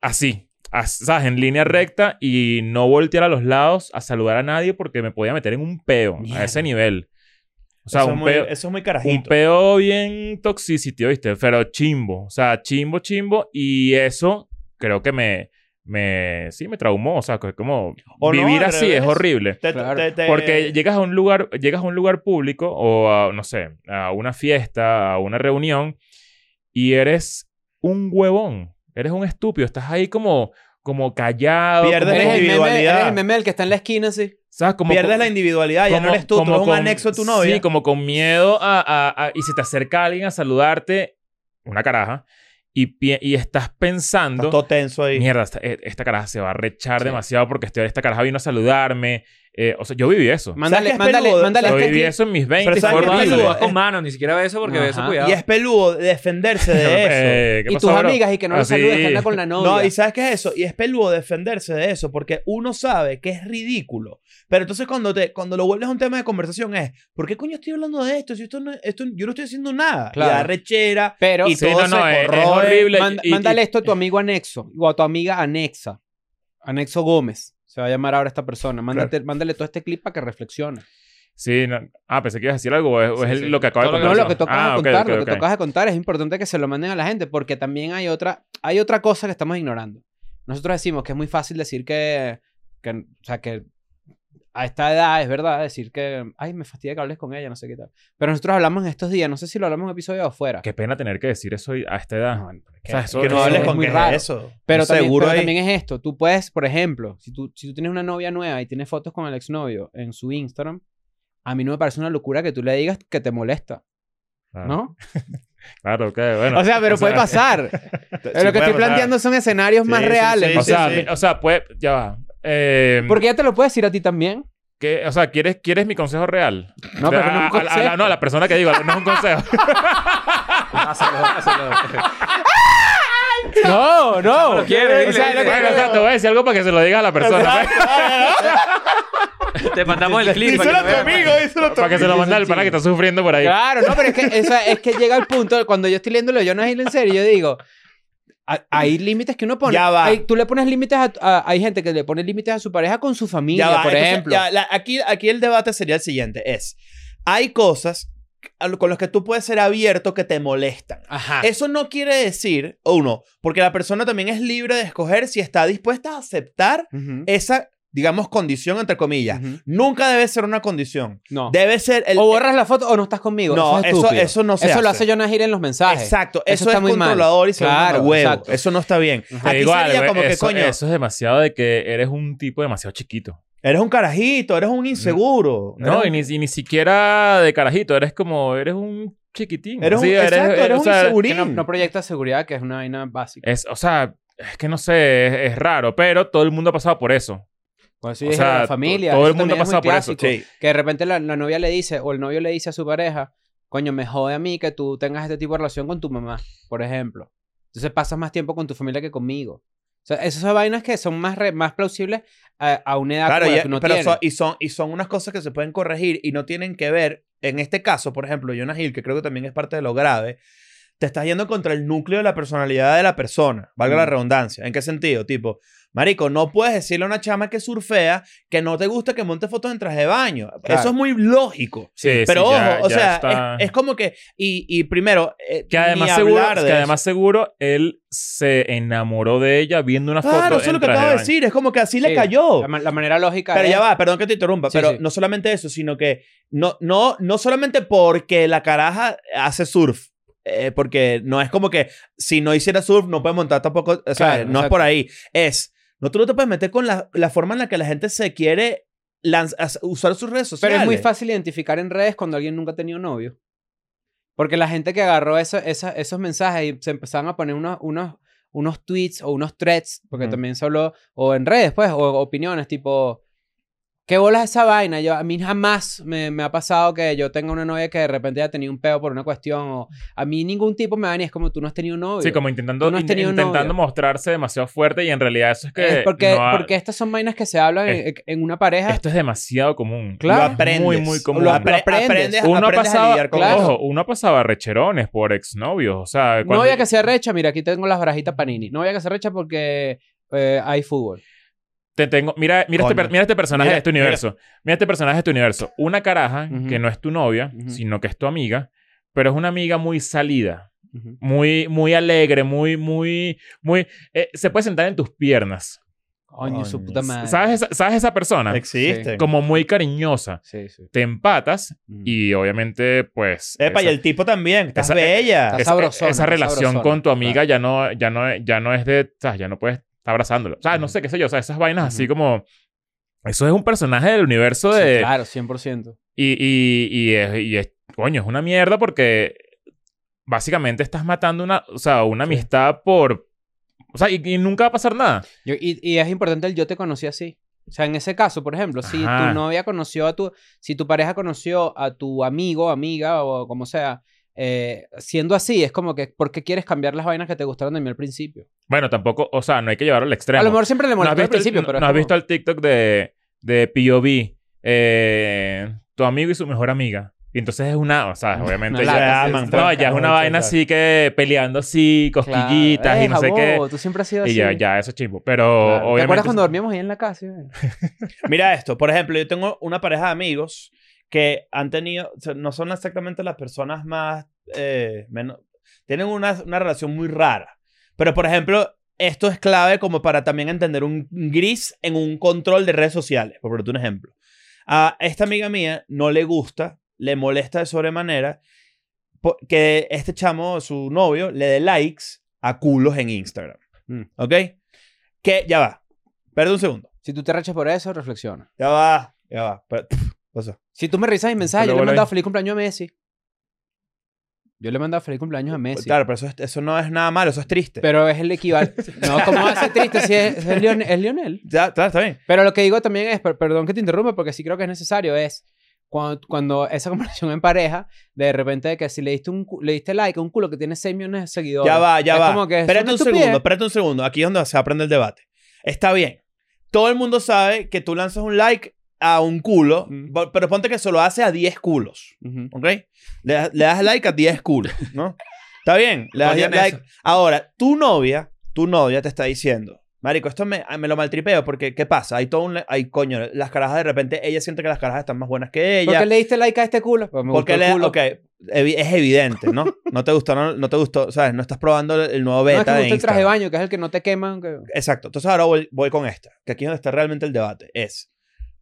así, as- ¿sabes? En línea recta y no voltear a los lados a saludar a nadie porque me podía meter en un peo a ese nivel. O sea, eso, un es muy, peo. eso es muy Un carajito. peo bien toxicity, ¿viste? Pero chimbo. O sea, chimbo, chimbo. Y eso creo que me... me sí, me traumó. O sea, que como... O no, vivir al así es revés. Eh, horrible. Te- Claro, te- te- Porque llegas a un lugar... Llegas a un lugar público o a, no sé, a una fiesta, a una reunión y eres un huevón. Eres un estúpido. Estás ahí como... Como callado. Pierdes como- Eres el, meme, individualidad. eres el meme del que está en la esquina, así. ¿sabes? Como- pierdes la individualidad. Ah, Ya no como- eres tú, tú como eres un con- anexo a tu novia. Sí, como con miedo a, a- a- Y si te acerca alguien a saludarte, una caraja, y, pi- y estás pensando... Estás todo tenso ahí. Mierda, esta, eh, esta caraja se va a rechar Sí. demasiado porque estoy, esta caraja vino a saludarme. Eh, o sea, yo viví eso. Mándale, que es mándale, peludo? mándale. Yo este viví clip. eso en mis 20. Pero ¿sabes Por qué más peludo? saludas Eh, con mano, ni siquiera beso porque Ajá. beso, cuidado. Y es peludo defenderse de eso. Eh, ¿qué Y pasó, tus bro? amigas y que no lo Así. saludes, que anda con la novia. No, y ¿sabes qué es eso? Y es peludo defenderse de eso porque uno sabe que es ridículo. Pero entonces cuando, te, cuando lo vuelves a un tema de conversación es, ¿por qué coño estoy hablando de esto? Si esto no, esto, yo no estoy haciendo nada. Claro. Y da rechera. Pero y Sí, todo no, no, se es, es corroe. horrible. y- Manda- y- eh. mándale esto a tu amigo anexo o a tu amiga anexa. Anexo Gómez. Se va a llamar ahora esta persona. Mándate, Mándale todo este clip para que reflexione. Sí, no. Ah, pensé que ibas a decir algo. o es, o Sí, es el- sí. lo que acabo Todo de lo No, contar. lo que tocas ah, a ok, contar, ok, lo que ok. tocas a contar es importante que se lo manden a la gente porque también hay otra, hay otra cosa que estamos ignorando. Nosotros decimos que es muy fácil decir que, que o sea, que a esta edad es verdad decir que, ay, me fastidia que hables con ella, no sé qué tal. Pero nosotros hablamos en estos días, no sé si lo hablamos en un episodio o afuera. Qué pena tener que decir eso y- a esta edad. No, bueno, pero es que- O sea, eso- Que no eso hables es con muy que es raro. eso. Pero, también, seguro pero hay- también es esto. Tú puedes, por ejemplo, si tú, si tú tienes una novia nueva y tienes fotos con el exnovio en su Instagram, a mí no me parece una locura que tú le digas que te molesta, Claro. ¿no? Claro, ok, bueno. o sea, pero o puede sea, pasar. Sí, lo que puede estoy pasar. planteando son escenarios Sí, más sí, reales. sí, O sí, sea, sí. mi- o sea, puede, ya va. Eh, Porque ya te lo puede decir a ti también. ¿qué- o sea, ¿quieres, ¿quieres mi consejo real? No, O sea, pero no es un a- a- a la- consejo. no, a la persona que digo, no es un consejo. Hazlo, hazlo. No, no. lo quiere, O sea, dile, lo que- dile. Bueno, o sea, te voy a decir algo para que se lo digas a la persona. pues, Te mandamos el clip. Díselo para a que tu lo veas. amigo, díselo a tu para que se lo amigo. mande al pana que está sufriendo por ahí. Claro, no, pero es que, o sea, es que llega el punto, cuando yo estoy leyéndolo, yo no es en serio, yo digo, ha- hay límites que uno pone. Ya va. Hay- tú le pones límites a, a- Hay gente que le pone límites a su pareja con su familia, Ya va, por entonces, ejemplo. ya, la- aquí, aquí el debate sería el siguiente: es hay cosas a lo- con las que tú puedes ser abierto que te molestan. Ajá. Eso no quiere decir, o uno, porque la persona también es libre de escoger si está dispuesta a aceptar Ujú, esa, digamos, condición, entre comillas. ujú. Nunca debe ser una condición. No. Debe ser el. o borras la foto o no estás conmigo. No, eso, es eso, estúpido. eso no se Eso lo hace Jonah Hill en los mensajes. Exacto, Eso eso, está es muy mal. controlador y se Claro, llama huevo. exacto. Eso no está bien. Ujú. Aquí Te digo sería algo, como que, eso- coño, eso es demasiado de que eres un tipo demasiado chiquito. eres un carajito, eres un inseguro. No, eres- y ni, y ni siquiera de carajito. Eres como... Eres un chiquitín. Eres un, Sí, exacto, eres, o un sea, insegurín. Que no, no proyectas seguridad, que es una vaina básica. Eh, es- O sea, es que no sé. Es, es raro. Pero todo el mundo ha pasado por eso. Por eso o yo dije sea, la familia. to- todo el eso mundo también es muy pasa por eso, clásico. Sí. Que de repente la, la novia le dice, o el novio le dice a su pareja, coño, me jode a mí que tú tengas este tipo de relación con tu mamá, por ejemplo. Entonces pasas más tiempo con tu familia que conmigo. O sea, esas son vainas que son más, re- más plausibles a, a una edad Claro, como la ya- que uno pero tiene. son- y, son, y son unas cosas que se pueden corregir y no tienen que ver. En este caso, por ejemplo, Jonah Hill, que creo que también es parte de lo grave, te estás yendo contra el núcleo de la personalidad de la persona, valga la Mm. redundancia. ¿En qué sentido? Tipo, Marico, no puedes decirle a una chama que surfea que no te gusta que monte fotos en traje de baño. Claro. Eso es muy lógico. Sí, Pero sí, ojo, ya- o ya sea, está- es, es como que. Y, y primero, eh, Que ni además, seguro, hablar de que eso. además seguro él se enamoró de ella viendo una foto. Claro, eso es lo en que traje acabo de baño. decir. Es como que así Sí, le cayó. La, ma- la manera lógica Pero es- ya va, perdón que te interrumpa, ¿eh? Sí, pero sí. no solamente eso, sino que no, no, no solamente porque la caraja hace surf, eh, porque no es como que si no hiciera surf no puede montar tampoco, o sea, Claro, no exacto. es por ahí, es, no tú no te puedes meter con la, la forma en la que la gente se quiere lanz- as- usar sus redes Pero sociales. es muy fácil identificar en redes cuando alguien nunca ha tenido novio. Porque la gente que agarró eso- esa- esos mensajes y se empezaban a poner unos, unos, unos tweets o unos threads, porque Ujú. también se habló, o en redes, pues, o opiniones, tipo, ¿qué bolas esa vaina? Yo, a mí jamás me, me ha pasado que yo tenga una novia que de repente haya tenido un peo por una cuestión, o a mí ningún tipo me va ni es como tú no has tenido novio. Sí, como Tú intentando, no has in- tenido intentando novio. mostrarse demasiado fuerte y en realidad eso es que... Es porque, no ha- porque estas son vainas que se hablan en- en una pareja. Esto es demasiado común. Lo Claro. aprendes. Muy, muy común. Lo, apre- Lo aprendes. aprendes, Uno ha aprendes a pasado, lidiar con claro. eso. ojo, uno ha pasado a recherones por exnovios, o sea, Eh, cuando- Novia que se arrecha, mira, aquí tengo las barajitas panini. Novia que se arrecha porque eh, hay fútbol. te tengo, mira, mira, este, Coño. per- mira este personaje Mira, de este mira. universo, mira. este personaje de este universo, una caraja Ujú. que no es tu novia, Ujú. sino que es tu amiga, pero es una amiga muy salida, muy, muy alegre, muy, muy, muy, eh, se puede sentar en tus piernas, Coño, su Coño. puta madre. ¿sabes? Esa, ¿Sabes esa persona? Existen. Como muy cariñosa, Sí, sí. te empatas Mm. y obviamente, pues, Epa, esa- y el tipo también, estás Esa- eh, bella. Estás esa, e, sabrosona, esa está relación sabrosona, con tu amiga ya no, ya no, ya no es de, o sea, ya no puedes estar abrazándolo. O sea, Mm. no sé qué sé yo, o sea, esas vainas así como, eso es un personaje del universo Sí, de, claro, 100%. y, y, y es, y es- coño, es una mierda porque básicamente estás matando una, o sea, una Sí. amistad por, o sea, y, y nunca va a pasar nada. Yo- y, y es importante el yo te conocí así. O sea, en ese caso, por ejemplo, si Ajá. tu novia conoció a tu, si tu pareja conoció a tu amigo, amiga o como sea, eh, siendo así, es como que, ¿por qué quieres cambiar las vainas que te gustaron de mí al principio? Bueno, tampoco, o sea, no hay que llevarlo al extremo. A lo mejor siempre le molestó al visto el- principio, no- pero... es no has como- visto el TikTok de, de POV? eh, tu amigo y su mejor amiga. Y entonces es una, o sea, obviamente Una ya, lata, aman, sí, sí. no, ya es una Claro, vaina claro. así que peleando así, Claro. cosquillitas y no Eja, sé qué. bobo, Tú siempre has sido así. Y ya, ya, eso es chimbo. Pero Claro. obviamente. ¿Te acuerdas cuando dormíamos ahí en la casa? Mira esto, por ejemplo, yo tengo una pareja de amigos que han tenido, o sea, no son exactamente las personas más, eh, menos, tienen una, una relación muy rara. Pero, por ejemplo, esto es clave como para también entender un gris en un control de redes sociales, por ponerte un ejemplo. A esta amiga mía no le gusta, le molesta de sobremanera po- que este chamo, su novio, le dé likes a culos en Instagram. Mm. ¿Ok? Que ya va. Perdón un segundo. Si tú te rechas por eso, reflexiona. Ya va, ya va. Pero, pff, pasó. Si tú me revisas mis mensajes, yo Pero le he bola mandado ahí. feliz cumpleaños a Messi. Yo le he mandado feliz cumpleaños a Messi. Claro, pero eso, es- eso no es nada malo, eso es triste. Pero es el equivalente. No, ¿cómo hace triste si es, es Lion- es Lionel? ya, claro, está bien. Pero lo que digo también es, per- perdón que te interrumpa, porque sí creo que es necesario, es cuando, cuando esa conversación en pareja, de repente de que si le diste, un, cu- le diste like a un culo que tiene 6 millones de seguidores. Ya va, ya es va. como que es Espérate una un estupidez. segundo, espérate un segundo. Aquí es donde se aprende el debate. Está bien. Todo el mundo sabe que tú lanzas un like a un culo, Mm. bo- pero ponte que se lo hace a 10 culos, Ujú. ¿ok? Le, das- le das like a 10 culos, ¿no? Está bien. Le das Oigan like. eso. Ahora, tu novia, tu novia te está diciendo, Marico, esto me, me lo maltripeo porque, ¿qué pasa? Hay todo un. le- Hay coño, las carajas de repente, ella siente que las carajas están más buenas que ella. ¿Por qué le diste like a este culo? Pues me Porque gustó el le, culo. ok, evi- es evidente, ¿no? No te gustó, no, no te gustó, ¿sabes? No estás probando el, el nuevo No, beta es que me de gusta el traje de Instagram. baño, que es el que no te queman. que- Exacto. Entonces ahora voy, voy con esta, que aquí es donde está realmente el debate. Es,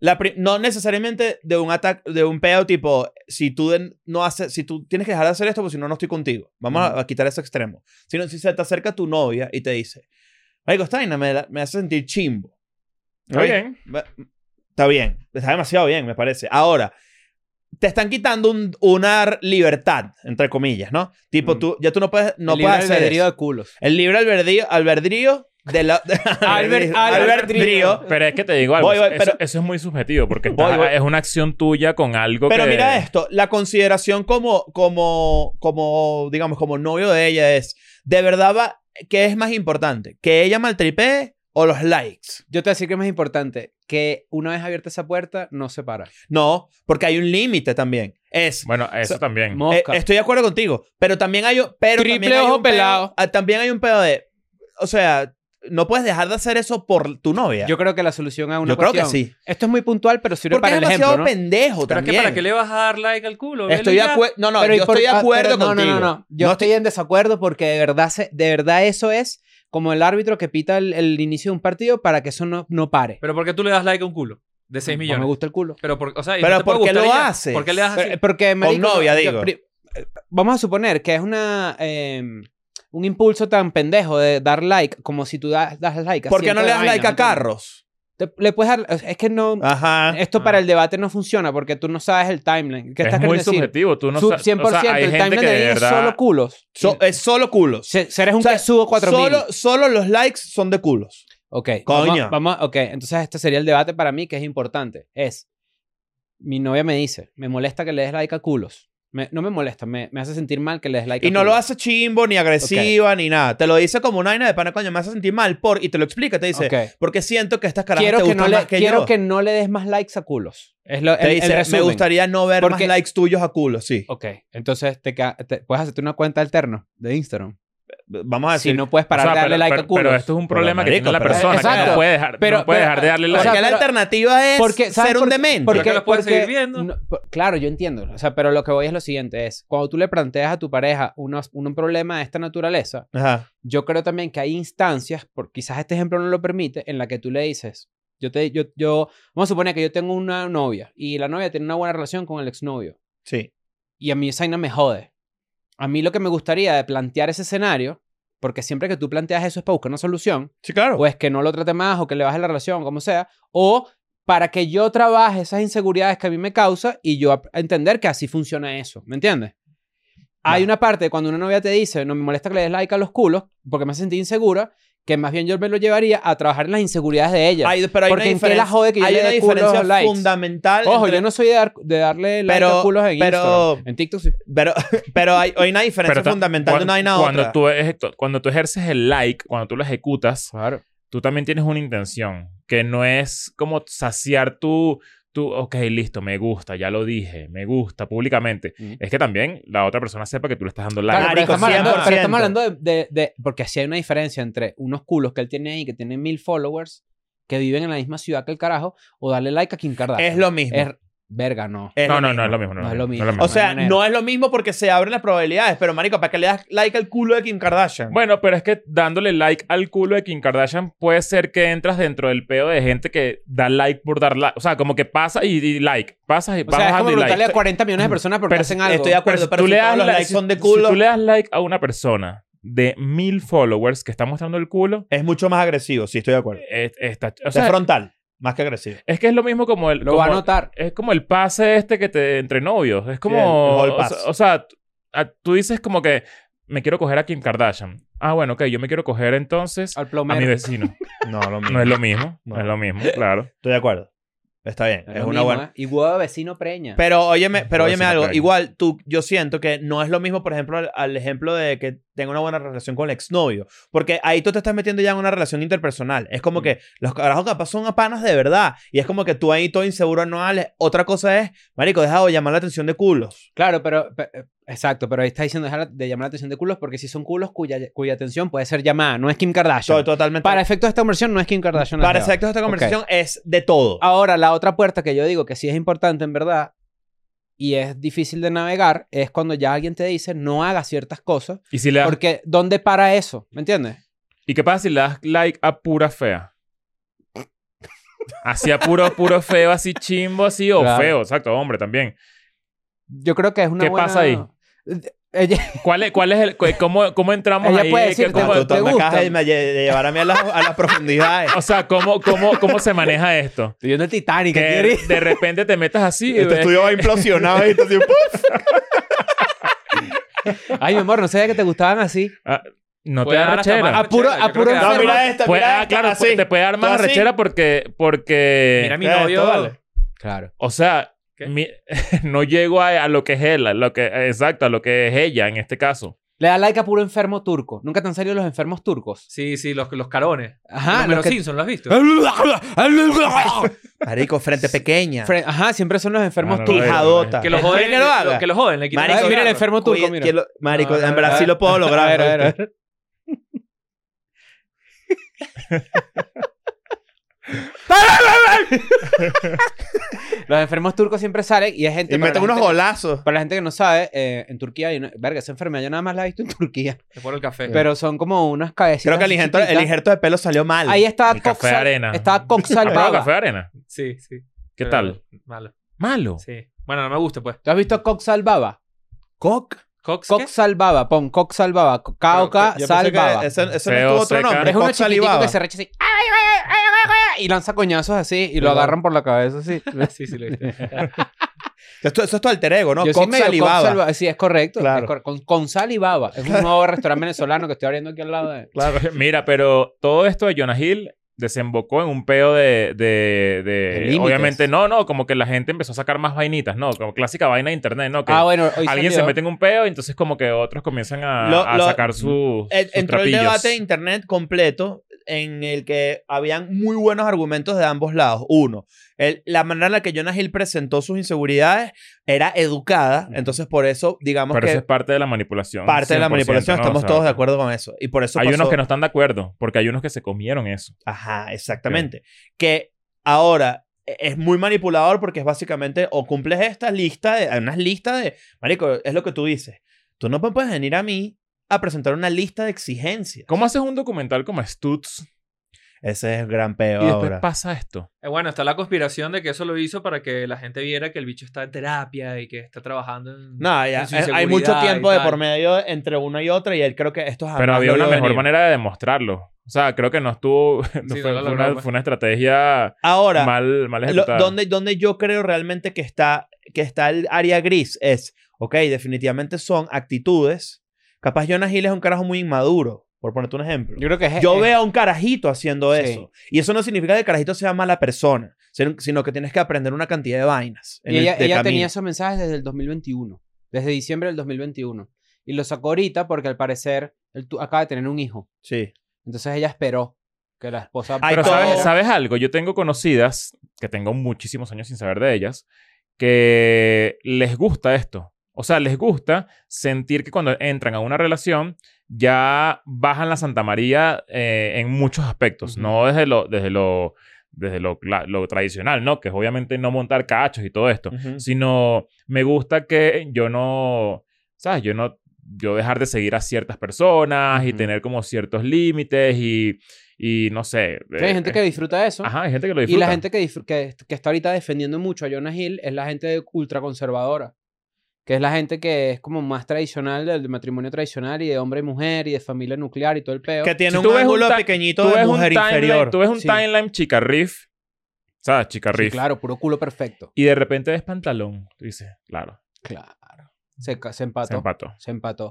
la pri- no necesariamente de un ataque, de un pedo tipo, si tú de- no haces, si tú tienes que dejar de hacer esto porque si no, no estoy contigo. Vamos a- a, quitar ese extremo. Sino si se te acerca tu novia y te dice, Marico, esta vaina me, la- me hace sentir chimbo. Está bien. Va- Está bien. Está demasiado bien, me parece. Ahora, te están quitando un- una r- libertad, entre comillas, ¿no? Tipo, Mm. tú, ya tú no puedes, no el puedes libre hacer albedrío eso. de culos. El libre albedrío, albedrío de la... de- Albert- albedrío. albedrío. Pero es que te digo algo. Voy, voy, eso, pero- eso es muy subjetivo porque Voy, está- voy. es una acción tuya con algo Pero que. mira esto, la consideración como, como, como, digamos, como novio de ella es, ¿de verdad va, qué es más importante? ¿Que ella maltripee o los likes? Yo te voy a decir que es más importante que una vez abierta esa puerta, no se para. No, porque hay un límite también. Es, Bueno, eso So- también. Eh, Mosca. estoy de acuerdo contigo, pero también hay, o- pero Triple también hay ojo un pedo- pelado. ah, también hay un pedo de, o sea, no puedes dejar de hacer eso por tu novia. Yo creo que la solución a una Yo creo que cuestión- sí. Esto es muy puntual, pero sirve Porque para es el ejemplo, demasiado ¿no? pendejo Pero es que también. ¿para qué le vas a dar like al culo? Velo Estoy de ya. acuerdo, no, no, Pero yo ¿y por- estoy de ah, acuerdo pero no, contigo. No, no, no. Yo No estoy en desacuerdo porque de verdad, se- de verdad eso es como el árbitro que pita el, el inicio de un partido para que eso no, no pare. Pero ¿por qué tú le das like a un culo? De 6 No me millones. gusta el culo. Pero, por, o sea, y Pero no te puede ¿por qué gustar lo y ya. haces? ¿Por qué le das así? Pero- eh, porque, marico, novia, yo- digo. pri- eh, vamos a suponer que es una... eh, un impulso tan pendejo de dar like como si tú das, das like. a ¿Por qué no le cientos de das like vainas, a carros? Te- le puedes dar, es que no, Ajá. esto Ah. para el debate no funciona porque tú no sabes el timeline. ¿Qué es estás muy queriendo decir? subjetivo. Tú no Sub- sabes. 100%, o sea, hay el gente timeline que de ahí de es verdad. solo culos. So- es solo culos. Se- Serás un O sea, casudo 4000. Solo, solo los likes son de culos. Ok. Coño. Vamos, vamos, ok, entonces este sería el debate para mí que es importante. Es, mi novia me dice, me molesta que le des like a culos. Me- no me molesta, me, me hace sentir mal que le des like a Y no culos. lo hace chimbo, ni agresiva, ni nada. Te lo dice como una vaina de pana, coño, me hace sentir mal por... Y te lo explica, te dice, Ok. porque siento que estas carajas Quiero, te que gustan no, le, más que quiero yo. que no le des más likes a culos. Es lo, Te el- el dice, me resumen. gustaría no ver Porque- más likes tuyos a culo, sí. Ok, entonces te, queda- te- puedes hacerte una cuenta alterna de Instagram. Vamos a decir. si no puedes parar O sea, de darle pero, like pero- a culos. pero esto es un problema que marico, tiene la pero- persona. Que Exacto. no puede dejar, Pero- no puede pero- dejar de darle o like. porque sea, la pero- alternativa es porque, ¿sabes ser un por- demente. ¿Por Porque, qué los puedes porque- seguir viendo? no, por- claro, yo entiendo. O sea, pero lo que voy es lo siguiente: es cuando tú le planteas a tu pareja unos- un problema de esta naturaleza, Ajá. yo creo también que hay instancias, por, quizás este ejemplo no lo permite, en la que tú le dices, yo te, yo, yo, vamos a suponer que yo tengo una novia y la novia tiene una buena relación con el exnovio Sí. y a mí esa vaina me jode. A mí lo que me gustaría de plantear ese escenario, porque siempre que tú planteas eso es para buscar una solución, Sí, claro. o es pues, que no lo trate más o que le baje la relación, como sea, o para que yo trabaje esas inseguridades que a mí me causa y yo ap- entender que así funciona eso, ¿me entiendes? Hay Ya. una parte de cuando una novia te dice, no me molesta que le des like a los culos porque me sentí insegura, que más bien yo me lo llevaría a trabajar en las inseguridades de ella. Hay- pero hay Porque una en qué la diferen- jode que yo hay le una dé culos diferencia o likes. fundamental. Ojo, entre- yo no soy de, dar- de darle like Pero- a culos en pero- eh, Instagram. En TikTok sí. Pero, pero hay, hay una diferencia ta- fundamental de cuan- una vaina a cuando otra. tú, eje- cuando tú ejerces el like, cuando tú lo ejecutas, Claro. tú también tienes una intención, que no es como saciar tu, tu ok, listo, me gusta, ya lo dije, me gusta públicamente. Mm. Es que también la otra persona sepa que tú le estás dando like. Claro, pero, Marico, estamos hablando, 100%. pero estamos hablando de, de- de- Porque sí hay una diferencia entre unos culos que él tiene ahí, que tienen mil followers, que viven en la misma ciudad que el carajo, o darle like a Kim Kardashian. Es lo mismo. Es- verga, no. Es lo no, no, mismo. no es lo mismo. No, es lo mismo. no es lo O mismo. sea, manera. no es lo mismo porque se abren las probabilidades, pero marico, ¿para qué le das like al culo de Kim Kardashian? bueno, pero es que dándole like al culo de Kim Kardashian puede ser que entras dentro del peo de gente que da like por dar like. O sea, como que pasa y, y like. Pasas y O sea, es vas a como darle brutal like. a 40 millones de personas porque Pero hacen algo. estoy de acuerdo, pero tú si le todos das los la- likes si- son de si culo- tú le das like a una persona de mil followers que está mostrando el culo, Es mucho más agresivo, sí, estoy de acuerdo. es- está- o Es sea, frontal, más que agresivo. es que es lo mismo como el. Lo va a como- notar. es como el pase este que te entre novios. Es como. Sí, el- el hall o, pass. sea, o sea, t- a- tú dices como que me quiero coger a Kim Kardashian. Ah, bueno, ok, yo me quiero coger entonces a Al plomero. mi vecino. No, lo mismo. No es lo mismo. No. No es lo mismo, claro. Estoy de acuerdo. Está bien, Es es lo una mismo, buena. ¿eh? Y huevo de vecino preña. Pero óyeme, pero Puedo óyeme decir la algo. calle. Igual, tú, yo siento que no es lo mismo, por ejemplo, al, al ejemplo de que tenga una buena relación con el exnovio. Porque ahí tú te estás metiendo ya en una relación interpersonal. Es como que los carajos capaz son apanas de verdad. Y es como que tú ahí todo inseguro no hables. Otra cosa es, marico, deja de llamar la atención de culos. Claro, pero, pe- eh, exacto, pero ahí está diciendo dejar de llamar la atención de culos porque si son culos cuya, cuya atención puede ser llamada, no es Kim Kardashian. Estoy totalmente... Para efectos de esta conversión no Ah, es Kim Kardashian. la para jeva. efectos de esta conversación es de todo. Ahora, la otra puerta que yo digo que sí es importante en verdad y es difícil de navegar es cuando ya alguien te dice no hagas ciertas cosas Y, si le das- porque ¿dónde para eso? ¿Me entiendes? ¿Y qué pasa si le das like a pura fea? Así a puro, puro feo, así chimbo, así o Claro. feo, exacto, hombre también. Yo creo que es una ¿Qué buena- pasa ahí? Ella- ¿Cuál es, cuál es el, cu- cómo, cómo entramos Ella ahí? puede ¿Qué- decirte, cómo- Tú- tú ¿te me gustan? acabas de, me lle- de llevar a mí a las, a las profundidades. o sea, ¿cómo, cómo, ¿cómo se maneja esto? Estoy viendo el Titanic. Que ¿quieres? de repente te metas así y Este ves- estudio va implosionado y tú así, ¡pum! Ay, mi amor, no sabía que te gustaban así. no te Puede da dar hasta rechera. más A puro- rechera, a yo creo puro que da No, más- mira esta, Pues, mira ah, esta, claro, así. te puede dar más Todo así. rechera porque, porque Mira mi Esto, novio. vale. Claro. o sea, ¿Qué? mi- no llego a, a lo que es él, a lo que, exacto, a lo que es ella en este caso. Le da like a puro enfermo turco. Nunca te han salido los enfermos turcos. Sí, sí, los, los carones. Ajá, los, meros que- Simpson, ¿lo has visto? Marico, frente pequeña. Fre- Ajá, siempre son los enfermos No, no, no, turcos. no, Pijadota. Que lo ¿Quién joden. que lo haga? que lo joden. Le quitan Marico, el mira el cigarro. enfermo turco, Cuida- mira. que lo- marico, No, no, en no, Brasil no. lo puedo A lograr. ver, a ver, a ¿oíste? ver. Los enfermos turcos siempre salen y es gente. Y para meten la unos gente- golazos. Para la gente que no sabe, eh, en Turquía hay una. Verga, esa enfermedad yo nada más la he visto en Turquía. Es por el café. Pero son como unas cabecitas. Creo que el así injerto, el chiquitas. injerto de pelo salió mal. Ahí estaba El café Coxal- arena. Estaba Coxal ¿Has probado Baba. café de arena? sí, sí. ¿Qué Pero tal? Malo. Malo. Sí. Bueno, no me gusta, pues. ¿Tú has visto Coxal Baba? Cock. Cox. ¿qué? Coxal Baba, pon Coxal Baba. K-O-K, Yo pensé sal que Baba. Ese, ese no Feo, es tu otro seca. nombre. Es uno Cock chiquitico salivaba. que se recha así. ¡Ay, ay, ay, ay, ay, ay! Y lanza coñazos así y lo Pero- agarran por la cabeza así. Sí, sí, lo he visto. Esto- eso es tu alter ego, ¿no? Yo sí Cock medio salivaba. Coxal Baba. Sí, es correcto. Claro. es cor- con, con sal y baba. Es un nuevo restaurante venezolano que estoy abriendo aquí al lado de... Mira, pero todo esto de Jonah Hill desembocó en un peo de... De de, de- límites. obviamente, no, no, como que la gente empezó a sacar más vainitas, ¿no? Como clásica vaina de internet, ¿no? Que Ah, bueno, hoy alguien se salió. mete en un peo y entonces como que otros comienzan a, Lo- a lo- sacar su, Eh, sus Entró el trapillos. debate de internet completo en el que habían muy buenos argumentos de ambos lados. Uno, el- la manera en la que Jonah Hill presentó sus inseguridades era educada, entonces por eso, digamos Pero que eso es parte de la manipulación. parte de la 100%, manipulación, ¿no? estamos O sea, todos de acuerdo con eso. Y por eso Hay pasó- unos que no están de acuerdo, porque hay unos que se comieron eso. Ajá, exactamente. Que ahora e- es muy manipulador porque es básicamente o cumples esta lista, de, hay unas listas de, marico, es lo que tú dices. Tú no me puedes venir a mí a presentar una lista de exigencias. ¿Cómo haces un documental como Stutz Ese es el gran peo y después ahora. pasa esto? Eh, Bueno, está la conspiración de que eso lo hizo para que la gente viera que el bicho está en terapia y que está trabajando en. No, ya, en su es- hay inseguridad mucho y tiempo de tal. por medio entre una y otra y él creo que esto jamás Pero había Ah, lo una vio mejor venir. manera de demostrarlo. O sea, creo que no estuvo... no Sí, fue, fue no lo logró, una, pues. fue una estrategia Ahora, mal, mal Lo- ejecutada. donde, donde yo creo realmente que está, que está el área gris es, ok, definitivamente son actitudes. Capaz Jonas Hill es un carajo muy inmaduro. por ponerte un ejemplo. Yo creo que es. Yo es- veo a un carajito haciendo Sí. eso. Y eso no significa que el carajito sea mala persona, sino- sino que tienes que aprender una cantidad de vainas. en Y el- ella, de ella camino. tenía esos mensajes desde el 2021, desde diciembre del 2021. Y lo sacó ahorita porque al parecer él tu- acaba de tener un hijo. Sí. Entonces ella esperó que la esposa. Ay, Pero todo. ¿sabes, sabes algo? Yo tengo conocidas, que tengo muchísimos años sin saber de ellas, que les gusta esto. O sea, les gusta sentir que cuando entran a una relación ya bajan la Santa María eh, en muchos aspectos. Ujú. No desde lo, desde lo, desde lo, cla- lo tradicional, ¿no? Que es obviamente no montar cachos y todo esto. Ujú. Sino me gusta que yo no, ¿sabes? Yo no, yo dejar de seguir a ciertas personas y Ujú. tener como ciertos límites y, y no sé. Sí, hay eh, gente eh, que disfruta eso. Ajá, hay gente que lo Y disfruta. la gente que, disfr- que, que está ahorita defendiendo mucho a Jonah Hill es la gente ultraconservadora. Que es la gente que es como más tradicional del matrimonio tradicional y de hombre y mujer y de familia nuclear y todo el peo. Que tiene Si tú un ves un ángulo ta- pequeñito tú de ves un mujer timeline- inferior. Tú ves un Sí. timeline chica riff, ¿sabes? Chica Sí, riff. claro, puro culo perfecto. Y de repente ves pantalón. Tú dices, claro, Claro. Se, ca- se empató. se Se empató. empató.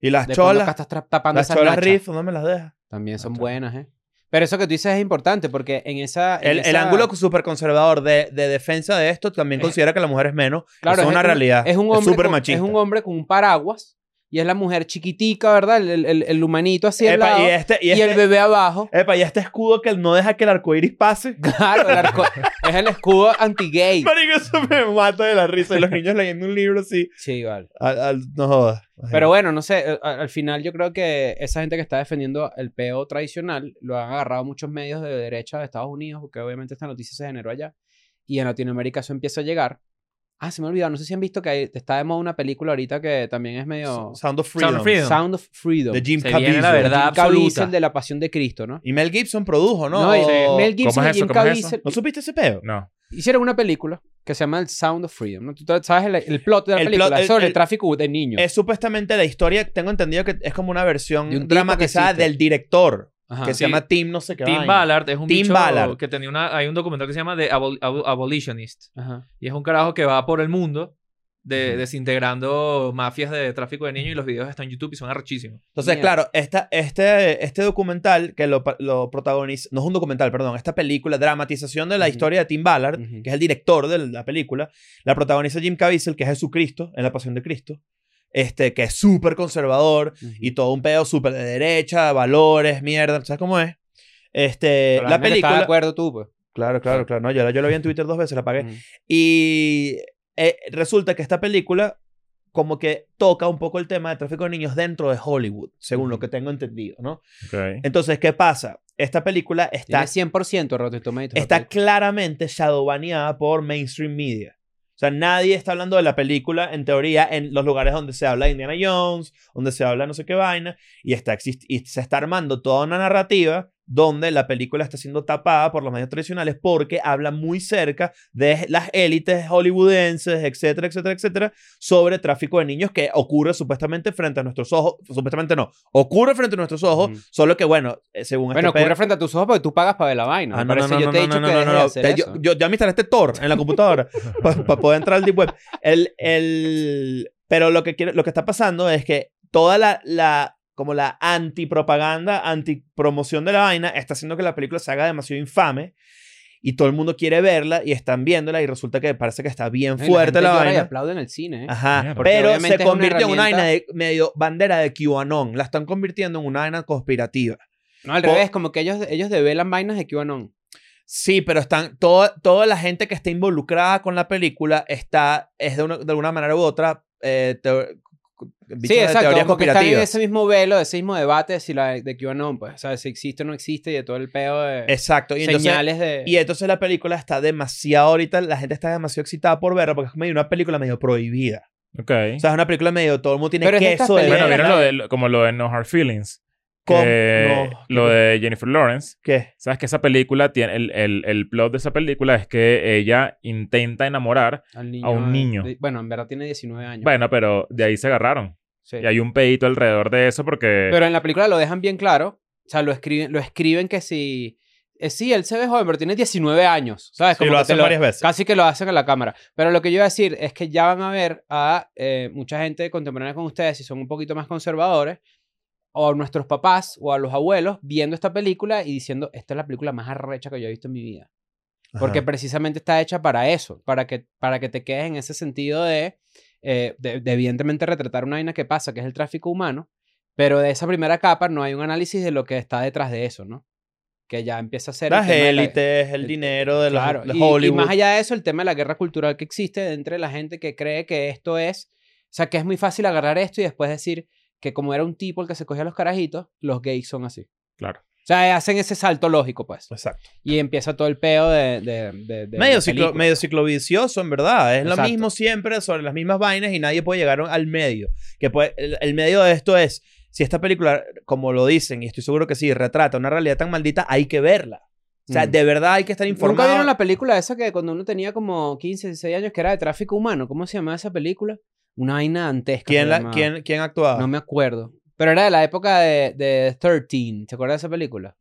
y las De cuando cholas, acá estás tra- tapando las esas cholas nachas. riff, ¿dónde me las dejas? También son está. buenas, ¿eh? Pero eso que tú dices es importante porque en esa... en El, el esa- ángulo súper conservador de, de defensa de esto también Es- considera que la mujer es menos. Eh. Claro, eso es una un- realidad. Es un Es hombre, súper con, machista. es un hombre con un paraguas y es la mujer chiquitica, ¿verdad? El, el, el- el humanito así al Epa, lado y y, este, y, este- el bebé abajo. epa, y este escudo que no deja que el arcoíris pase. Claro, el arco- es el escudo anti-gay. Marico, eso me mata de la risa. Y los niños leyendo un libro así. Sí, vale. Al- al- no jodas. Pero bueno, no sé, al- al final yo creo que esa gente que está defendiendo el peo tradicional lo han agarrado muchos medios de derecha de Estados Unidos, porque obviamente esta noticia se generó allá y en Latinoamérica eso empieza a llegar. Ah, se me olvidó, no sé si han visto que hay- está de moda una película ahorita que también es medio Sound of Freedom. Sound of Freedom. Sound of Freedom. De Jim Se viene Caviezel. la verdad. Jim Caviezel absoluta. de la Pasión de Cristo, ¿no? Y Mel Gibson produjo, ¿no? y- O- Mel Gibson es y eso? Jim ¿Cómo es Caviezel ¿No supiste ese peo? No. hicieron una película que se llama El Sound of Freedom. ¿no? Tú sabes el, el plot de la El película plot- el- sobre el, el- tráfico de niños. Es supuestamente la historia, tengo entendido que es como una versión De un tipo que dramatizada existe. del director, Ajá. que se Sí. llama Tim no sé qué. Tim vaina. Ballard es un Tim bicho Ballard. que tenía una... Hay un documental que se llama The Abol- Abol- Abolitionist. Ajá. Y es un carajo que va por el mundo de- desintegrando mafias de tráfico de niños y los videos están en YouTube y son arrechísimos. Entonces, Mierda. claro, esta, este, este documental que lo, pa- lo protagoniza, no es un documental, perdón, esta película, dramatización de la Ujú. historia de Tim Ballard, Ujú. que es el director de la película, la protagoniza Jim Caviezel, que es Jesucristo, en La Pasión de Cristo, este, que es súper conservador Ujú. y todo un pedo súper de derecha, valores, mierda, ¿sabes cómo es? Este, Pero la al menos estás de película... acuerdo tú, pues. Claro, claro, claro. No, yo, la- yo la vi en Twitter dos veces, la apagué. Ujú. Y eh, resulta que esta película como que toca un poco el tema de tráfico de niños dentro de Hollywood, según lo que tengo entendido, ¿no? Eh, Ok. Entonces, ¿qué pasa? Esta película está, Tiene 100% Rotten Tomatoes. la está película. claramente shadowbaneada por mainstream media. O sea, nadie está hablando de la película, en teoría, en los lugares donde se habla de Indiana Jones, donde se habla no sé qué vaina, y, está exist- y se está armando toda una narrativa donde la película está siendo tapada por los medios tradicionales porque habla muy cerca de las élites hollywoodenses, etcétera, etcétera, etcétera, sobre tráfico de niños que ocurre supuestamente frente a nuestros ojos, supuestamente no, ocurre frente a nuestros ojos, Ujú. solo que bueno, eh, según Bueno, este pedo- ocurre frente a tus ojos porque tú pagas para ver la vaina. Ah, Me parece, yo te he dicho que dejes de hacer Te- yo- eso. Yo, ya me instalaste Tor en la computadora para poder entrar al Deep Web. El, el, pero lo que, quiero, lo que está pasando es que toda la, la, como la antipropaganda, antipromoción de la vaina está haciendo que la película se haga demasiado infame y todo el mundo quiere verla y están viéndola y resulta que parece que está bien No, y fuerte gente la, llora Y vaina. Ah, aplauden el cine, ¿eh? Ajá, Mierda. Porque pero obviamente se es una convirtió en una vaina de herramienta- medio bandera de QAnon. La están convirtiendo en una vaina conspirativa. No, al Po- revés, como que ellos, ellos develan vainas de QAnon. Sí, pero están todo- toda la gente que está involucrada con la película está es de, una- de alguna manera u otra eh, teo- bichos Sí, de exacto, teorías como que están en conspirativas. ese mismo velo, ese mismo debate de si la de QAnon, pues, o sea, si existe o no existe y de todo el peo de Exacto. Y entonces, señales de... y entonces la película está demasiado ahorita, la gente está demasiado excitada por verla porque es medio una película medio prohibida. Ok. O sea, es una película medio todo el mundo tiene Pero es de estas queso de bueno, películas- verla. vieron lo de, lo- como lo de No Hard Feelings. Con- que- no, lo ¿qué- de Jennifer Lawrence. ¿Qué? ¿Sabes que esa película tiene el, el- el plot de esa película es que ella intenta enamorar? al niño, a de- un niño. de- bueno, en verdad tiene 19 años. Bueno, pero de ahí se agarraron. sí. Y hay un pedito alrededor de eso porque Pero en la película lo dejan bien claro, o sea, lo escriben, lo escriben que si... eh, sí, él se ve joven, pero tiene 19 años, ¿sabes? Sí, Como lo que te hacen varias veces. Casi que lo hacen en la cámara. Pero lo que yo iba a decir es que ya van a ver a eh, mucha gente contemporánea con ustedes, si son un poquito más conservadores, o a nuestros papás o a los abuelos viendo esta película y diciendo, esta es la película más arrecha que yo he visto en mi vida. Porque precisamente está hecha para eso, para que, para que te quedes en ese sentido de, eh, de, de evidentemente retratar una vaina que pasa, que es el tráfico humano, pero de esa primera capa no hay un análisis de lo que está detrás de eso, ¿no? Que ya empieza a ser... el las tema de la- élites, el dinero de los, Claro, de y- Y, Hollywood. más allá de eso, el tema de la guerra cultural que existe entre la gente que cree que esto es, o sea, que es muy fácil agarrar esto y después decir que como era un tipo el que se cogía a los carajitos, los gays son así. Claro. O sea, hacen ese salto lógico, pues. Exacto. Y empieza todo el peo de... de, de- de medio, la ciclo, película. medio ciclo vicioso, en verdad. Es lo Exacto. mismo siempre, sobre las mismas vainas y nadie puede llegar al medio. Que puede- el, el medio de esto es, si esta película, como lo dicen, y estoy seguro que sí, retrata una realidad tan maldita, hay que verla. O sea, Mm. de verdad hay que estar informado. ¿Nunca vieron la película esa que cuando uno tenía como 15, 16 años, que era de tráfico humano? ¿Cómo se llamaba esa película? Una vaina antesca. se ¿Quién, la- llamaba. quién, quién actuaba? No me acuerdo. Pero era de la época de, de 13. ¿Te acuerdas de esa película?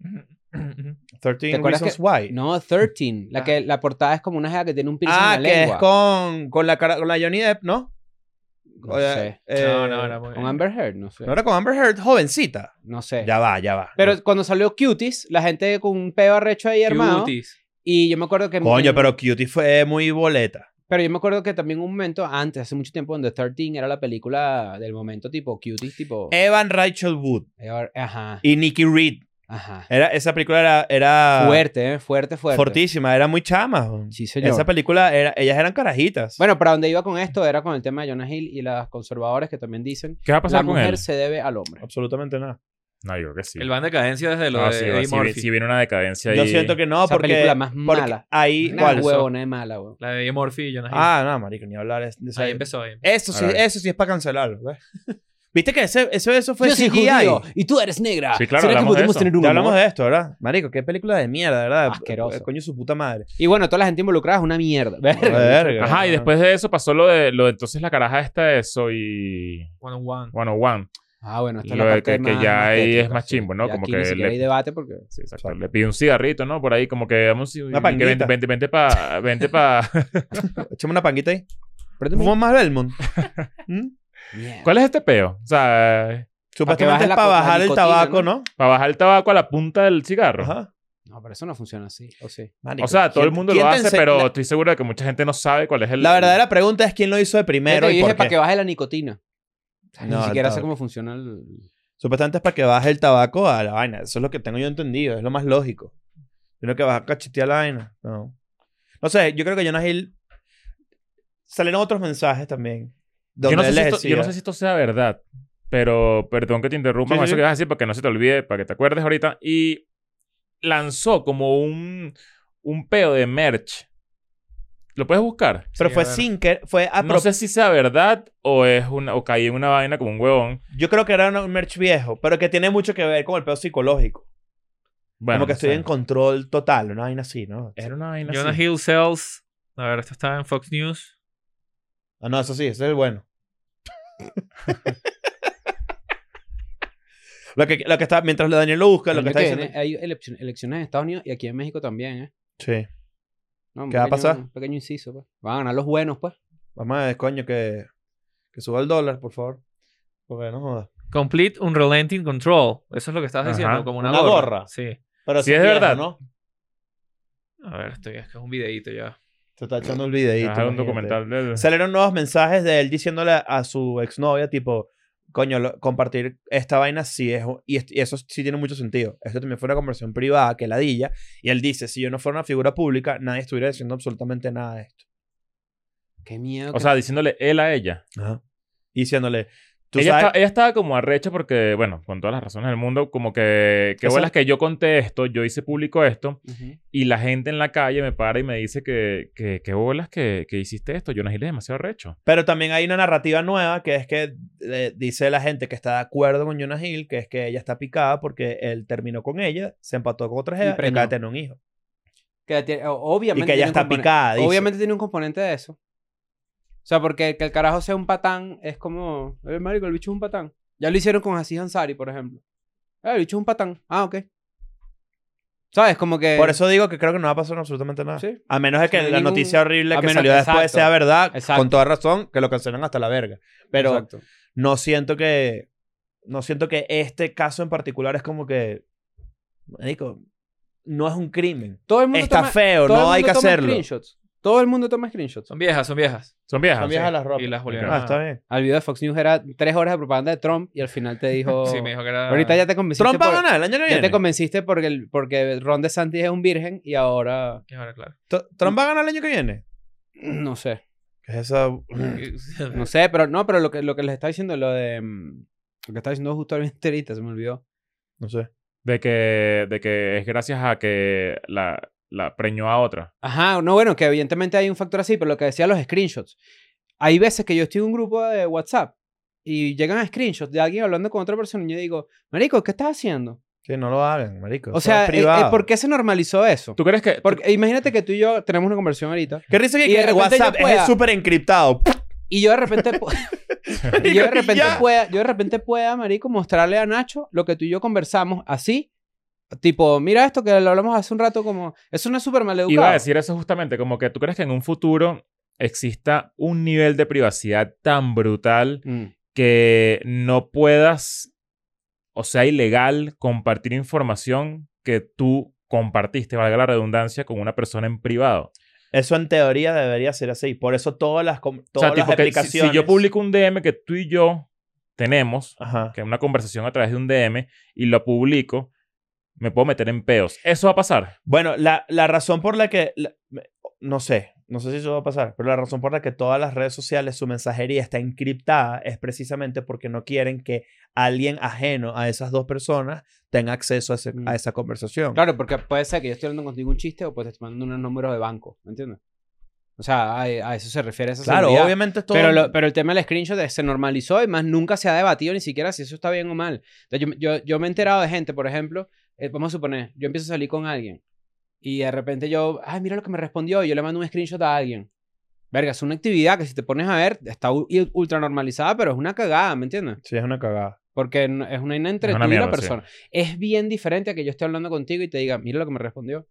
13 ¿Te acuerdas Reasons que- Why. No, 13. La, Ah. que, la portada es como una jeva que tiene un piercing ah, en la que lengua. es con, con, la, cara- con la Johnny Depp, ¿no? No Eh, sé. eh, no, no, era muy- Con Amber Heard, no sé. ¿No era con Amber Heard, jovencita? No sé. Ya va, ya va. Pero cuando salió Cuties, la gente con un peo arrecho ahí armado. Cuties. Y yo me acuerdo que... Coño, pero Cutie fue muy boleta. pero yo me acuerdo que también un momento antes, hace mucho tiempo, donde 13 era la película del momento tipo Cuties, tipo... Eh. eh, Evan Rachel Wood Ajá, y Nikki Reed. ajá. Era, esa película era, Ah. era Fuerte, ¿eh? Fuerte, fuerte. fortísima, era muy chama. Sí, señor. Esa película, era, ellas eran carajitas. Bueno, para donde iba con esto era con el tema de Jonah Hill y las conservadoras que también dicen ¿Qué va a pasar la con mujer él? se debe al hombre. Absolutamente nada. No, yo creo que sí. El van de cadencia desde lo Ah, No, de Ah, sí, va, Eddie sí, Murphy. vi- sí viene una decadencia ahí. Yo siento que no, Esa porque... película más porque mala. ahí... Una ¿cuál? huevona de mala, huevón. La de Eddie Murphy y Jonah Hill. Ah, no, marico, ni hablar. es- de esa- ahí empezó. ahí empezó. Eso sí, Alright. eso sí es para cancelarlo. ¿ves? ¿Viste que ese, ese- eso fue yo soy CGI? judío y tú eres negra. Sí, claro, ¿Será que hablamos de podemos eso. tener un Ya hablamos amor? de esto, ¿verdad? Marico, qué película de mierda, ¿verdad? Eh, Asqueroso. Coño, su puta madre. Y bueno, toda la gente involucrada es una mierda. Verga. Verga. Ajá, y después de eso pasó lo de, lo de entonces la caraja esta de Soy One on one. 101. Ah, bueno, esta es Lo la de parte que- más, que ya ahí es tétrica, más sí. chimbo, ¿no? Ya Como aquí que ni siquiera le- hay debate porque... Sí, exacto. Exacto. Le pidió un cigarrito, ¿no? Por ahí como que vamos... Una que vente, panguita. vente, vente para... Vente para... Echame una panguita ahí. Prende mi- ¿Cómo más Belmont? ¿Mm? Mierda. ¿Cuál es este peo? O sea, Supuestamente baje es la para co- la bajar el nicotina, tabaco, ¿no? ¿no? para bajar el tabaco a la punta del cigarro. Ajá. No, pero eso no funciona así, ¿o sí? Marico, O sea, todo ¿quién- el mundo quién lo te hace, ense- pero La, estoy seguro de que mucha gente no sabe cuál es el... la verdadera pregunta es quién lo hizo de primero Fíjate, y yo dije por para que qué. baje la nicotina. O sea, No, ni siquiera no. sé cómo funciona el... Supuestamente es para que baje el tabaco a la vaina. Eso es lo que tengo yo entendido. Es lo más lógico. Sino que vas a cachetear la vaina. No. No sé, yo creo que Jonah Hill... Salieron otros mensajes también. Donde Yo no, sé él si les esto, yo no decía- sé si esto sea verdad, pero perdón que te interrumpa Sí, con sí, eso sí. que vas a decir, para que no se te olvide, para que te acuerdes ahorita. Y lanzó como un, un peo de merch. ¿Lo puedes buscar? Pero ah, Sí, fue a ver. sin que... Fue a No sé si sea verdad o es una, o caí en una vaina como un huevón. Yo creo que era un merch viejo, pero que tiene mucho que ver con el pedo psicológico. Bueno, como que no estoy sé. en control total, una vaina así, ¿no? Era una vaina Jonah así. Hill sells. A ver, esto está en Fox News. Ah, no, eso sí, ese es el bueno. lo, que, lo que está, mientras Daniel lo busca, lo Coño, que está que diciendo. viene- Hay elección- elecciones en Estados Unidos y aquí en México también, ¿eh? Sí, No, un ¿Qué va a pequeño- pasar? Un pequeño inciso, pues. Van a ganar los buenos, pues. vamos a ver, coño, que, que suba el dólar, por favor. Porque no joda. Complete Unrelenting Control. Eso es lo que estabas Ajá. diciendo, como una, Una gorra. gorra. Sí. Pero Sí, es viejo, verdad. ¿no? A ver, estoy, es que es un videito ya. Se está echando el videíto. Ajá, un imagínate. documental del... Salieron nuevos mensajes de él diciéndole a su exnovia, tipo, coño, lo- compartir esta vaina sí es. un- Y, est- y eso sí tiene mucho sentido. Esto también fue una conversación privada, que ladilla. Y él dice: si yo no fuera una figura pública, nadie estuviera diciendo absolutamente nada de esto. Qué miedo. O que- sea, diciéndole él a ella. Y diciéndole: tú Ella, sabes. eh está- ella estaba como arrecha porque, bueno, con todas las razones del mundo, como que, qué Esa- bolas que yo conté esto, yo hice público esto, Ujú. y la gente en la calle me para y me dice que, que qué bolas que, que hiciste esto. Jonah Hill es demasiado arrecho. Pero también hay una narrativa nueva que es que eh, dice la gente que está de acuerdo con Jonah Hill, que es que ella está picada porque él terminó con ella, se empató con otra jeva y acaba de preñó. tener un hijo. Que tiene- Y o- obviamente que ella tiene un está componen- picada. dice. Obviamente tiene un componente de eso. O sea, porque que el carajo sea un patán es como, eh, marico, el bicho es un patán. Ya lo hicieron con Aziz Ansari, por ejemplo. "Ah, el bicho es un patán. Ah, ok. ¿Sabes? Como que... Por eso digo que creo que no va a pasar absolutamente nada. Eh, Sí. A menos de que No hay la ningún- noticia horrible a que menos- salió después exacto. sea verdad, Exacto. con toda razón, que lo cancelan hasta la verga. Pero Exacto. no siento que. no siento que este caso en particular es como que, marico, no es un crimen. Todo el mundo Está toma, feo, todo el no hay que mundo toma hacerlo. screenshots. Todo el mundo toma screenshots. Son viejas, son viejas. Son viejas. Son viejas las Y ropas. las volvieron Ah, a- está bien. Al video de Fox News era tres horas de propaganda de Trump y al final te dijo... Sí, me dijo que era... Ahorita ya te convenciste. Trump va a por- ganar el año que Ya viene. te convenciste porque, el- porque Ron DeSantis es un virgen y ahora... Y ahora, claro. T- Mm. Trump va a ganar el año que viene. No sé. ¿Qué es esa? Mm. No sé, pero no, pero lo que, lo que les estaba diciendo, lo de... mm, Lo que estaba diciendo justo ahorita, se me olvidó. No sé. De que, de que es gracias a que la, la preñó a otra. Ajá, no, bueno, que evidentemente hay un factor así, pero lo que decía los screenshots. Hay veces que yo estoy en un grupo de WhatsApp y llegan screenshots de alguien hablando con otra persona y yo digo, Marico, ¿qué estás haciendo? Que no lo hagan, marico. O sea, es eh, eh, privado. ¿por qué se normalizó eso? ¿Tú crees que...? Porque e imagínate que tú y yo tenemos una conversación ahorita Qué risa que, Y de que repente WhatsApp yo pueda- es súper encriptado. y yo de repente... po- Y yo de repente Ya. pueda, yo de repente pueda, marico, mostrarle a Nacho lo que tú y yo conversamos así. Tipo, mira esto que lo hablamos hace un rato como... Eso no es súper maleducado. Iba a decir eso justamente, como que tú crees que en un futuro exista un nivel de privacidad tan brutal Mm. que no puedas, o sea, ilegal compartir información que tú compartiste, valga la redundancia, con una persona en privado. Eso en teoría debería ser así. Por eso todas las, com- todas las o sea, tipo que si- aplicaciones. si yo publico un DM que tú y yo tenemos, Ajá. que es una conversación a través de un DM, y lo publico, me puedo meter en peos. Eso va a pasar. Bueno, la, la razón por la que. la- me- no sé, no sé si eso va a pasar, pero la razón por la que todas las redes sociales, su mensajería está encriptada es precisamente porque no quieren que alguien ajeno a esas dos personas tenga acceso a, ese- Mm. a esa conversación. Claro, porque puede ser que yo esté hablando contigo un chiste o pues te estoy mandando unos números de banco, ¿me entiendes? O sea, a, a eso se refiere esa Claro, seguridad. obviamente es todo. Pero, lo- pero el tema del screenshot es- se normalizó y más nunca se ha debatido ni siquiera si eso está bien o mal. Entonces, yo, yo, yo me he enterado de gente, por ejemplo, eh, vamos a suponer, yo empiezo a salir con alguien y de repente yo, ay, mira lo que me respondió y yo le mando un screenshot a alguien. Verga, es una actividad que si te pones a ver está u- y- ultra normalizada, pero es una cagada, ¿me entiendes? Sí, es una cagada. Porque no- es una vaina entre Es una tú y la mierda, sí. persona. Es bien diferente a que yo esté hablando contigo y te diga, mira lo que me respondió.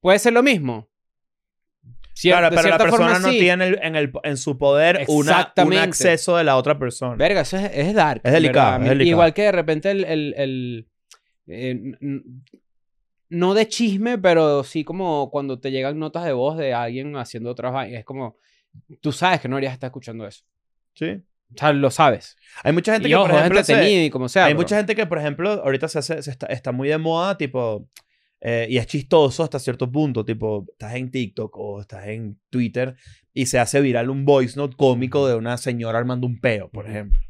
Puede ser lo mismo. Cier- claro, de pero la cierta forma, persona no sí. tiene el- en, el- en su poder una, un Exactamente. acceso de la otra persona. Verga, eso es, es dark. Es delicado, ¿verdad? es delicado. Igual que de repente el. el- el, eh, n- n- no de chisme, pero sí como cuando te llegan notas de voz de alguien haciendo otras vainas. Es como. Tú sabes que no deberías estar escuchando eso. Sí. O sea, lo sabes. Hay mucha gente Y que, ojo, por es ejemplo, se- entretenido y como sea. Hay pero- mucha gente que, por ejemplo, ahorita se hace- se está, está muy de moda, tipo, eh, y es chistoso hasta cierto punto, tipo, estás en TikTok o estás en Twitter y se hace viral un voice note cómico de una señora armando un peo, por Ujú. ejemplo.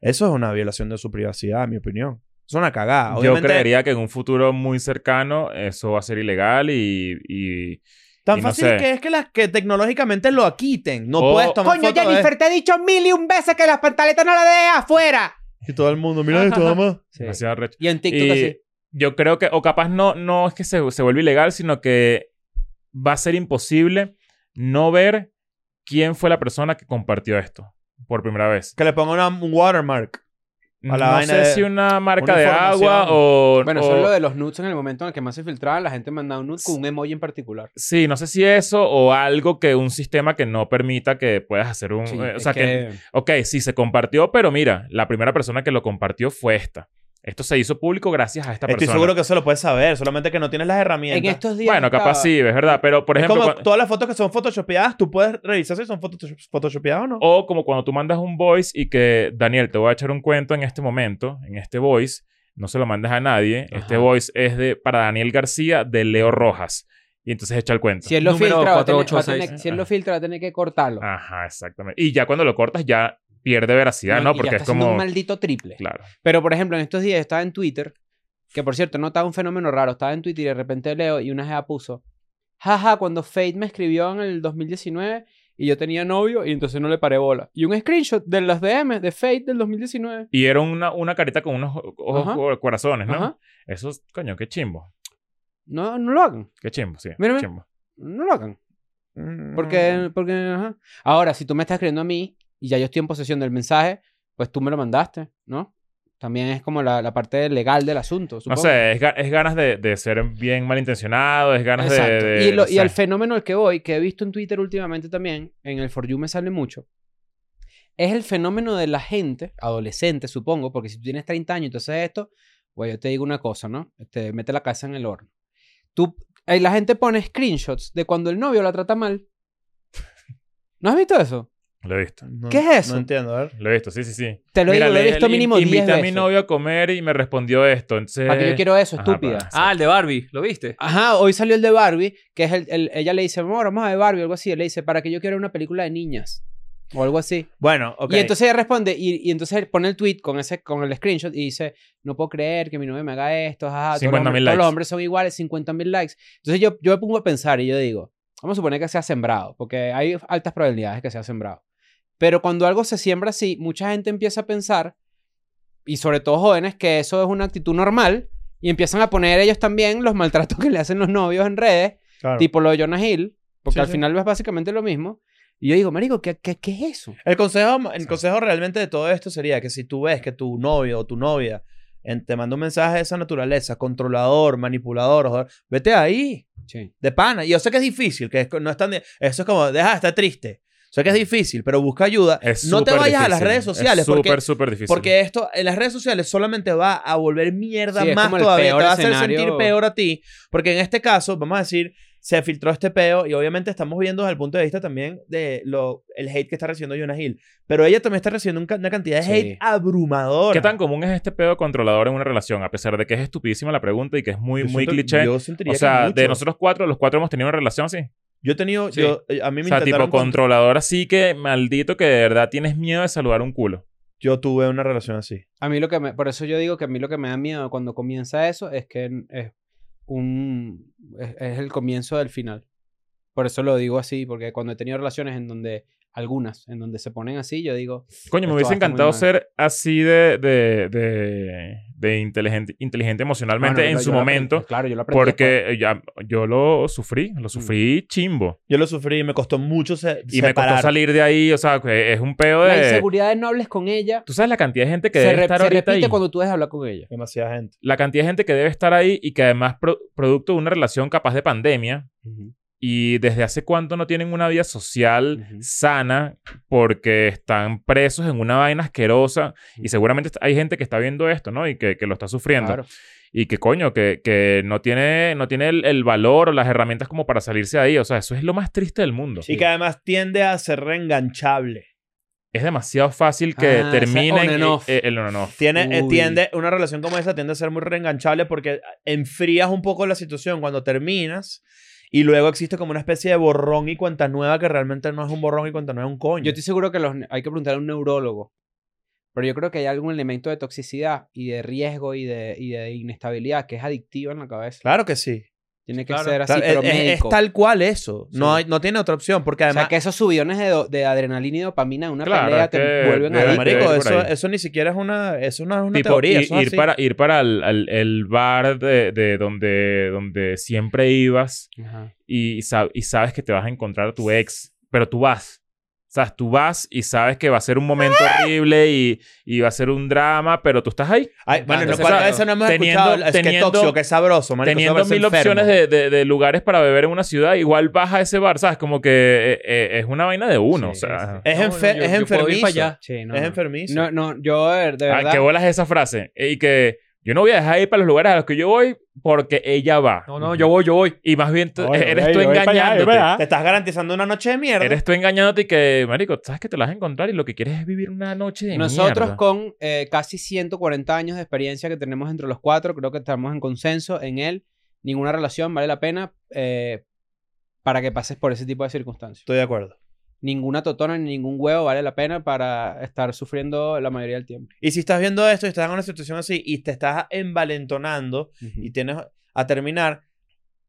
Eso es una violación de su privacidad, en mi opinión. Es una cagada. Yo Ah, Obviamente, creería que en un futuro muy cercano eso va a ser ilegal y... y- Tan y no fácil sé. que es que las que tecnológicamente lo quiten. No O- puedes tomar Oh, Coño, foto de- Jennifer, te he dicho mil y un veces que las pantaletas no las dejes afuera. Y todo el mundo, mira esto, mamá. demasiado arrecho. Y en TikTok Y así. Yo creo que, o capaz no, no es que se, se vuelve ilegal, sino que va a ser imposible no ver quién fue la persona que compartió esto por primera vez. Que le ponga una- un watermark. A la no vaina sé de- si una marca una de información. agua o... Bueno, o- eso es lo de los nudes en el momento en el que más se filtraban. La gente mandaba un nude con un emoji en particular. Sí, no sé si eso o algo que un sistema que no permita que puedas hacer un... Sí, e- eh, o es sea, que... Ok, sí, se compartió, pero mira, la primera persona que lo compartió fue esta. Esto se hizo público gracias a esta Estoy persona. seguro que eso lo puedes saber, solamente que no tienes las herramientas. En estos días. Bueno, capaz estaba- sí, es verdad, pero por Es ejemplo... como cua- todas las fotos que son photoshopeadas, tú puedes revisar si son photoshop- photoshopeadas o no. O como cuando tú mandas un voice y que, Daniel, te voy a echar un cuento en este momento, en este voice, no se lo mandas a nadie. Este Ajá. voice es de para Daniel García de Leo Rojas. Y entonces echa el cuento. Si él lo Número filtra, va a tener- 486. va a tener- si él Ah. lo filtra, va a tener que cortarlo. Ajá, exactamente. Y ya cuando lo cortas ya pierde veracidad, ¿no? y Porque ya es está haciendo como... un maldito triple. Claro. Pero, por ejemplo, en estos días estaba en Twitter, que por cierto, no estaba un fenómeno raro. Estaba en Twitter y de repente leo y una jeva puso, jaja, cuando Fate me escribió en el 2019 y yo tenía novio y entonces no le paré bola. Y un screenshot de las DM de Fate del 2019. Y era una, una carita con unos ojos Ajá. cu- corazones, ¿no? Ajá. Eso, es- coño, qué chimbo. No, no lo hagan. Qué chimbo, sí. Mírame. Chimbo. No lo hagan. Mm. Oh, Porque, porque, ajá. Ahora, si tú me estás escribiendo a mí y ya yo estoy en posesión del mensaje, pues tú me lo mandaste, ¿no? También es como la, la parte legal del asunto. No Supongo. sé, es, ga- es ganas de, de ser bien malintencionado, es ganas de... Exacto. de- y, lo- no y al sé. fenómeno al que voy, que he visto en Twitter últimamente también, en el For You me sale mucho, es el fenómeno de la gente, adolescente supongo, porque si tú tienes 30 años, entonces esto, güey, yo te digo una cosa, ¿no? Este, mete la casa en el horno. Tú, ahí la gente pone screenshots de cuando el novio la trata mal. ¿No has visto eso? Lo he visto. No- ¿Qué es eso? No entiendo, a ver. Lo he visto, sí, sí, sí. Te lo Mira, digo, lo he le- visto le- mínimo Invité 10 a mi veces. novio a comer y me respondió esto. Entonces. ¿Para qué yo quiero eso, Ajá, estúpida? para- Ah, el de Barbie, ¿lo viste? Ajá, hoy salió el de Barbie, que es el, el- ella le dice, amor, vamos a ver Barbie, algo así. Él le dice, para que yo quiera una película de niñas. O algo así. Bueno, ok. Y entonces ella responde, y, y entonces él pone el tweet con ese, con el screenshot y dice, no puedo creer que mi novia me haga esto, jaja, todos los 50.000 hombres- todos likes. los hombres son iguales, 50 mil likes. Entonces yo, yo me pongo a pensar y yo digo, vamos a suponer que sea sembrado, porque hay altas probabilidades que sea sembrado. Pero cuando algo se siembra así, mucha gente empieza a pensar, y sobre todo jóvenes, que eso es una actitud normal, y empiezan a poner ellos también los maltratos que le hacen los novios en redes, Claro. tipo lo de Jonah Hill, porque Sí, al sí. final es básicamente lo mismo. Y yo digo, marico, ¿qué, qué, qué es eso? El consejo, el consejo realmente de todo esto sería que si tú ves que tu novio o tu novia en- te manda un mensaje de esa naturaleza, controlador, manipulador, joder, vete ahí, Sí. de pana. Y yo sé que es difícil, que es- no es tan... di- Eso es como, deja de estar triste. Sé que es difícil, pero busca ayuda. Es no te súper vayas a las difícil. redes sociales Es porque, súper, súper difícil. porque esto, en las redes sociales solamente va a volver mierda Sí, es más como el todavía. Te peor va a hacer escenario. sentir peor a ti. Porque en este caso, vamos a decir, se filtró este peo y obviamente estamos viendo desde el punto de vista también de lo, el hate que está recibiendo Jonah Hill. Pero ella también está recibiendo un ca- una cantidad de Sí. hate abrumadora. ¿Qué tan común es este pedo controlador en una relación? A pesar de que es estupidísima la pregunta y que es muy, Yo muy siento- cliché. Yo sentiría O que sea, de mucho. nosotros cuatro, los cuatro hemos tenido una relación, sí. Yo he tenido... Sí. yo- eh, a mí O me sea, intentaron tipo con- controlador así que maldito que de verdad tienes miedo de saludar un culo. Yo tuve una relación así. A mí lo que me, por eso yo digo que a mí lo que me da miedo cuando comienza eso es que n- es un es, es el comienzo del final. Por eso lo digo así, porque cuando he tenido relaciones en donde algunas en donde se ponen así, yo digo, Coño, Esto me hubiese va a estar muy encantado mal. ser así de, de, de, de inteligente, inteligente emocionalmente "Ah, no, yo en lo- su yo lo aprendí". Mm. momento. claro, yo lo aprendí después. Porque ya, yo lo sufrí, lo sufrí chimbo. Yo lo sufrí y me costó mucho se- Y me costó separar. salir de ahí, o sea, que es un pedo pues. la de... inseguridad de no hables con ella Tú sabes la cantidad de gente que se, debe re- estar se ahorita repite ahí. cuando tú dejas hablar con ella. Demasiada gente. La cantidad de gente que debe estar ahí y que además pro- producto de una relación capaz de pandemia y desde hace cuánto no tienen una vida social Ujú. sana porque están presos en una vaina asquerosa y seguramente hay gente que está viendo esto, ¿no? Y que, que lo está sufriendo. Claro. y que coño, que, que no tiene, no tiene el, el valor o las herramientas como para salirse de ahí. O sea, eso es lo más triste del mundo. Y que además tiende a ser reenganchable. Es demasiado fácil que Ah, o sea, terminen on and off. eh, el on and off. Tiene, eh, Uy. tiende, una relación como esa tiende a ser muy reenganchable porque eh, enfrías un poco la situación cuando terminas y luego existe como una especie de borrón y cuenta nueva que realmente no es un borrón y cuenta nueva, es un coño. Yo estoy seguro que los, ne- hay que preguntar a un neurólogo. Pero yo creo que hay algún elemento de toxicidad y de riesgo y de, y de inestabilidad que es adictiva en la cabeza. Claro que sí. Tiene que Claro. ser así, Claro, pero e, es, es- es médico. tal cual eso. No, Sí. hay- no tiene otra opción porque o además... sea, que esos subidones de, do- de adrenalina y dopamina en una Claro, pelea es te que- vuelven Pero, de- hay- adicto. marico, hay por eso, ahí. eso ni siquiera es una, eso no es una Tipo, teoría. ir, eso es ir así. para, ir para el, al- el bar de, de donde, donde siempre ibas Ajá. y, sa- y sabes que te vas a encontrar a tu ex, pero tú vas. O sea, tú vas y sabes que va a ser un momento ¡Ah! horrible y, y va a ser un drama, pero tú estás ahí. Ay, bueno, Exacto. no, ¿cuántas O sea, veces no hemos teniendo- escuchado? Es que es teniendo- tóxico, que es sabroso, marico. eso teniendo parece mil enfermo. opciones de, de- de lugares para beber en una ciudad, igual vas a ese bar, ¿sabes? Como que eh, eh, es una vaina de uno, Sí, o sea. sí. Es, No, enfer- es yo- yo puedo ir enfermizo. para allá. Sí, no. Es no. enfermizo. No, no, yo, de de Ah, verdad. que bolas esa frase. Y que yo no voy a dejar ir para los lugares a los que yo voy porque ella va. No, no, yo voy, yo voy. Y más bien tú- e-, Oye, eres oye, tú yo voy para allá, yo voy ¿ah? engañándote. para Te estás garantizando una noche de mierda. Eres tú engañándote y que, marico, sabes que te la vas a encontrar y lo que quieres es vivir una noche de Nosotros mierda. con eh, casi 140 años de experiencia que tenemos entre los cuatro, creo que estamos en consenso en él. Ninguna relación vale la pena eh, para que pases por ese tipo de circunstancias. Estoy de acuerdo. Ninguna totona ni ningún huevo vale la pena para estar sufriendo la mayoría del tiempo. Y si estás viendo esto y estás en una situación así y te estás envalentonando y tienes a terminar,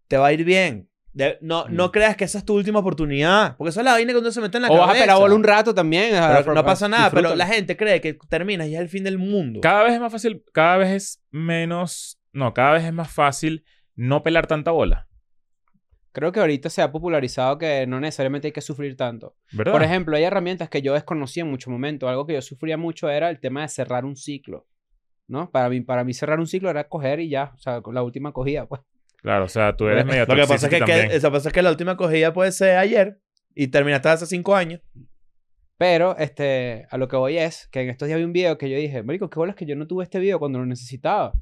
te va a ir bien. De- no, Mm. no creas que esa es tu última oportunidad. Porque esa es la vaina cuando se mete en la o cabeza. vas a pelar bola un rato también. Pero a- no pasa nada, pero disfrútalo. la gente cree que terminas y es el fin del mundo. Cada vez es más fácil, cada vez es menos, no, cada vez es más fácil no pelar tanta bola, Creo que ahorita se ha popularizado que no necesariamente hay que sufrir tanto. ¿verdad? Por ejemplo, hay herramientas que yo desconocía en muchos momentos. Algo que yo sufría mucho era el tema de cerrar un ciclo. ¿No? Para mí, para mí cerrar un ciclo era coger y ya. O sea, con la última cogida, pues. Claro, o sea, tú eres medio eh, Lo que pasa es toxicity que, que- también. eso pasa es que la última cogida puede ser ayer y terminaste hace cinco años. Pero este, a lo que voy es que en estos días vi un video que yo dije, Marico, qué bolas que yo no tuve este video cuando lo necesitaba.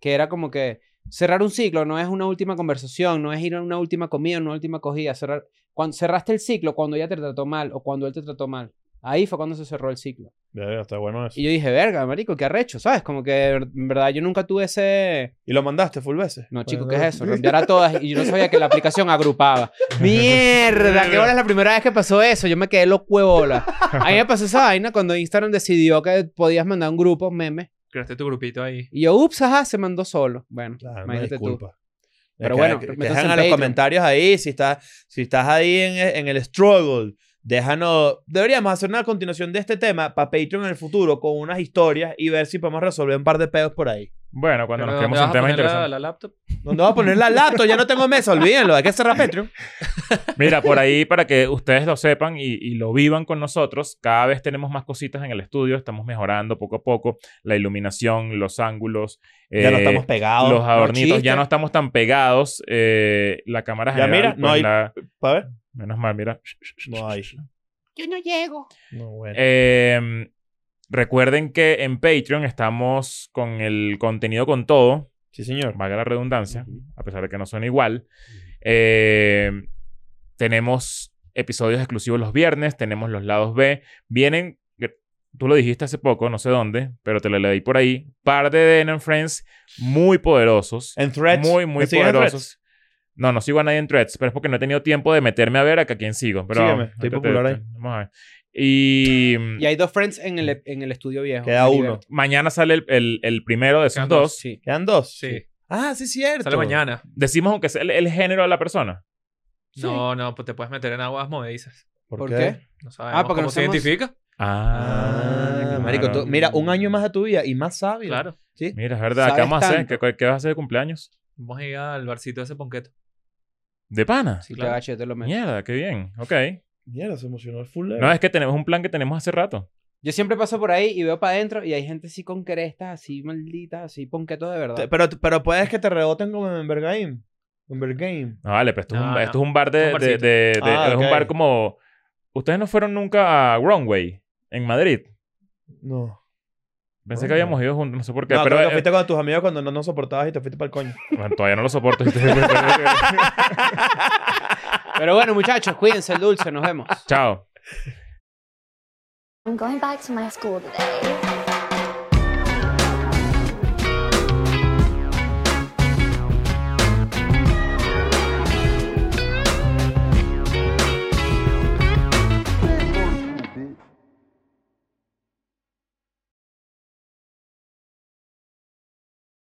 Que era como que cerrar un ciclo no es una última conversación, no es ir a una última comida, una última cogida. Cerrar, cuando, cerraste el ciclo cuando ella te trató mal o cuando él te trató mal. Ahí fue cuando se cerró el ciclo. Verga, Está bueno eso. Y yo dije, verga, Marico, qué arrecho, ¿sabes? Como que en verdad yo nunca tuve ese. ¿Y lo mandaste full veces? Pues No, chico, ¿qué es eso? Rompear a todas y yo no sabía que la aplicación agrupaba. ¡Mierda! ¿Qué bola es la primera vez que pasó eso? Yo me quedé loco huevola. A mí me pasó esa vaina cuando Instagram decidió que podías mandar un grupo, memes. Creaste tu grupito ahí. Y yo, ups, ajá, se mandó solo. Bueno, Claro, no hay imagínate tú. culpa. Pero Que- bueno, que, que métanse dejan en a los Patreon. comentarios ahí si estás, si estás ahí en, e- en el struggle. Déjanos. Deberíamos hacer una continuación de este tema para Patreon en el futuro con unas historias y ver si podemos resolver un par de pedos por ahí. Bueno, cuando nos Pero ¿dónde quedemos vas un a tema poner la- interesante. la laptop? ¿Dónde voy a poner la laptop? Ya no tengo mesa, olvídenlo. Hay que cerrar Eh, Patreon. Mira, por ahí para que ustedes lo sepan y, y lo vivan con nosotros, cada vez tenemos más cositas en el estudio, estamos mejorando poco a poco la iluminación, los ángulos, ya eh, no estamos pegados. los adornitos, ya chistes. no estamos tan pegados, eh, la cámara Ya mira, general, no pues, hay- la- Pa' ver. menos mal, mira. No hay. Yo no llego. No, bueno. Eh, recuerden que en Patreon estamos con el contenido con todo, sí, señor. valga la redundancia, a pesar de que no son igual. Eh, tenemos episodios exclusivos los viernes, tenemos los lados B. Vienen, gr- tú lo dijiste hace poco, no sé dónde, pero te lo leí por ahí, par de DN and Friends muy poderosos. En Threads. Muy, muy ¿Me siguen en poderosos. No, no sigo a nadie en Threads, pero es porque no he tenido tiempo de meterme a ver a, que a quién sigo. Pero Sígueme, vamos, estoy ahorita popular ahí. vamos a ver. Y mm, Y hay dos friends en el, en el estudio viejo. Queda uno. mañana sale el, el- el primero de esos Quedan dos. dos. Sí. ¿Quedan dos? Sí. Ah, sí, cierto. Sale mañana. Decimos aunque sea el, el género de la persona. No, no, pues te puedes meter en aguas movedizas. ¿Por qué? No sabemos Ah, porque cómo no se somos- identifica. Ah, claro. marico, tú- mira, un año más de tu vida y más sabio. Claro. Sí. Mira, es verdad. ¿Qué Sabes vamos a hacer? tanto. ¿Qué, qué vas a hacer de cumpleaños? Vamos a ir al barcito de ese ponqueto. ¿De pana? Si Claro. te agacho, yo te lo meto. Mierda, qué bien. Ok. Mierda, se emocionó el full eh. No, es que tenemos un plan que tenemos hace rato. Yo siempre paso por ahí y veo para adentro y hay gente así con crestas, así malditas, así ponquetos de verdad. pero, pero puedes que te reboten como en Vergame. En Vergame. No, Ah, vale, pero esto, es, No, un, no. esto es un bar de... Un de- barcito. de- de- Ah, Es un ok. bar como... Ustedes no fueron nunca a Runway en Madrid. No. Pensé que Runway. habíamos ido juntos, no sé por qué. No, pero pero eh, fuiste con tus amigos cuando no nos soportabas y te fuiste para el coño. bueno, todavía no lo soporto. eh, Pero bueno, muchachos, cuídense el dulce, nos vemos. Chao. I'm going back to my school today.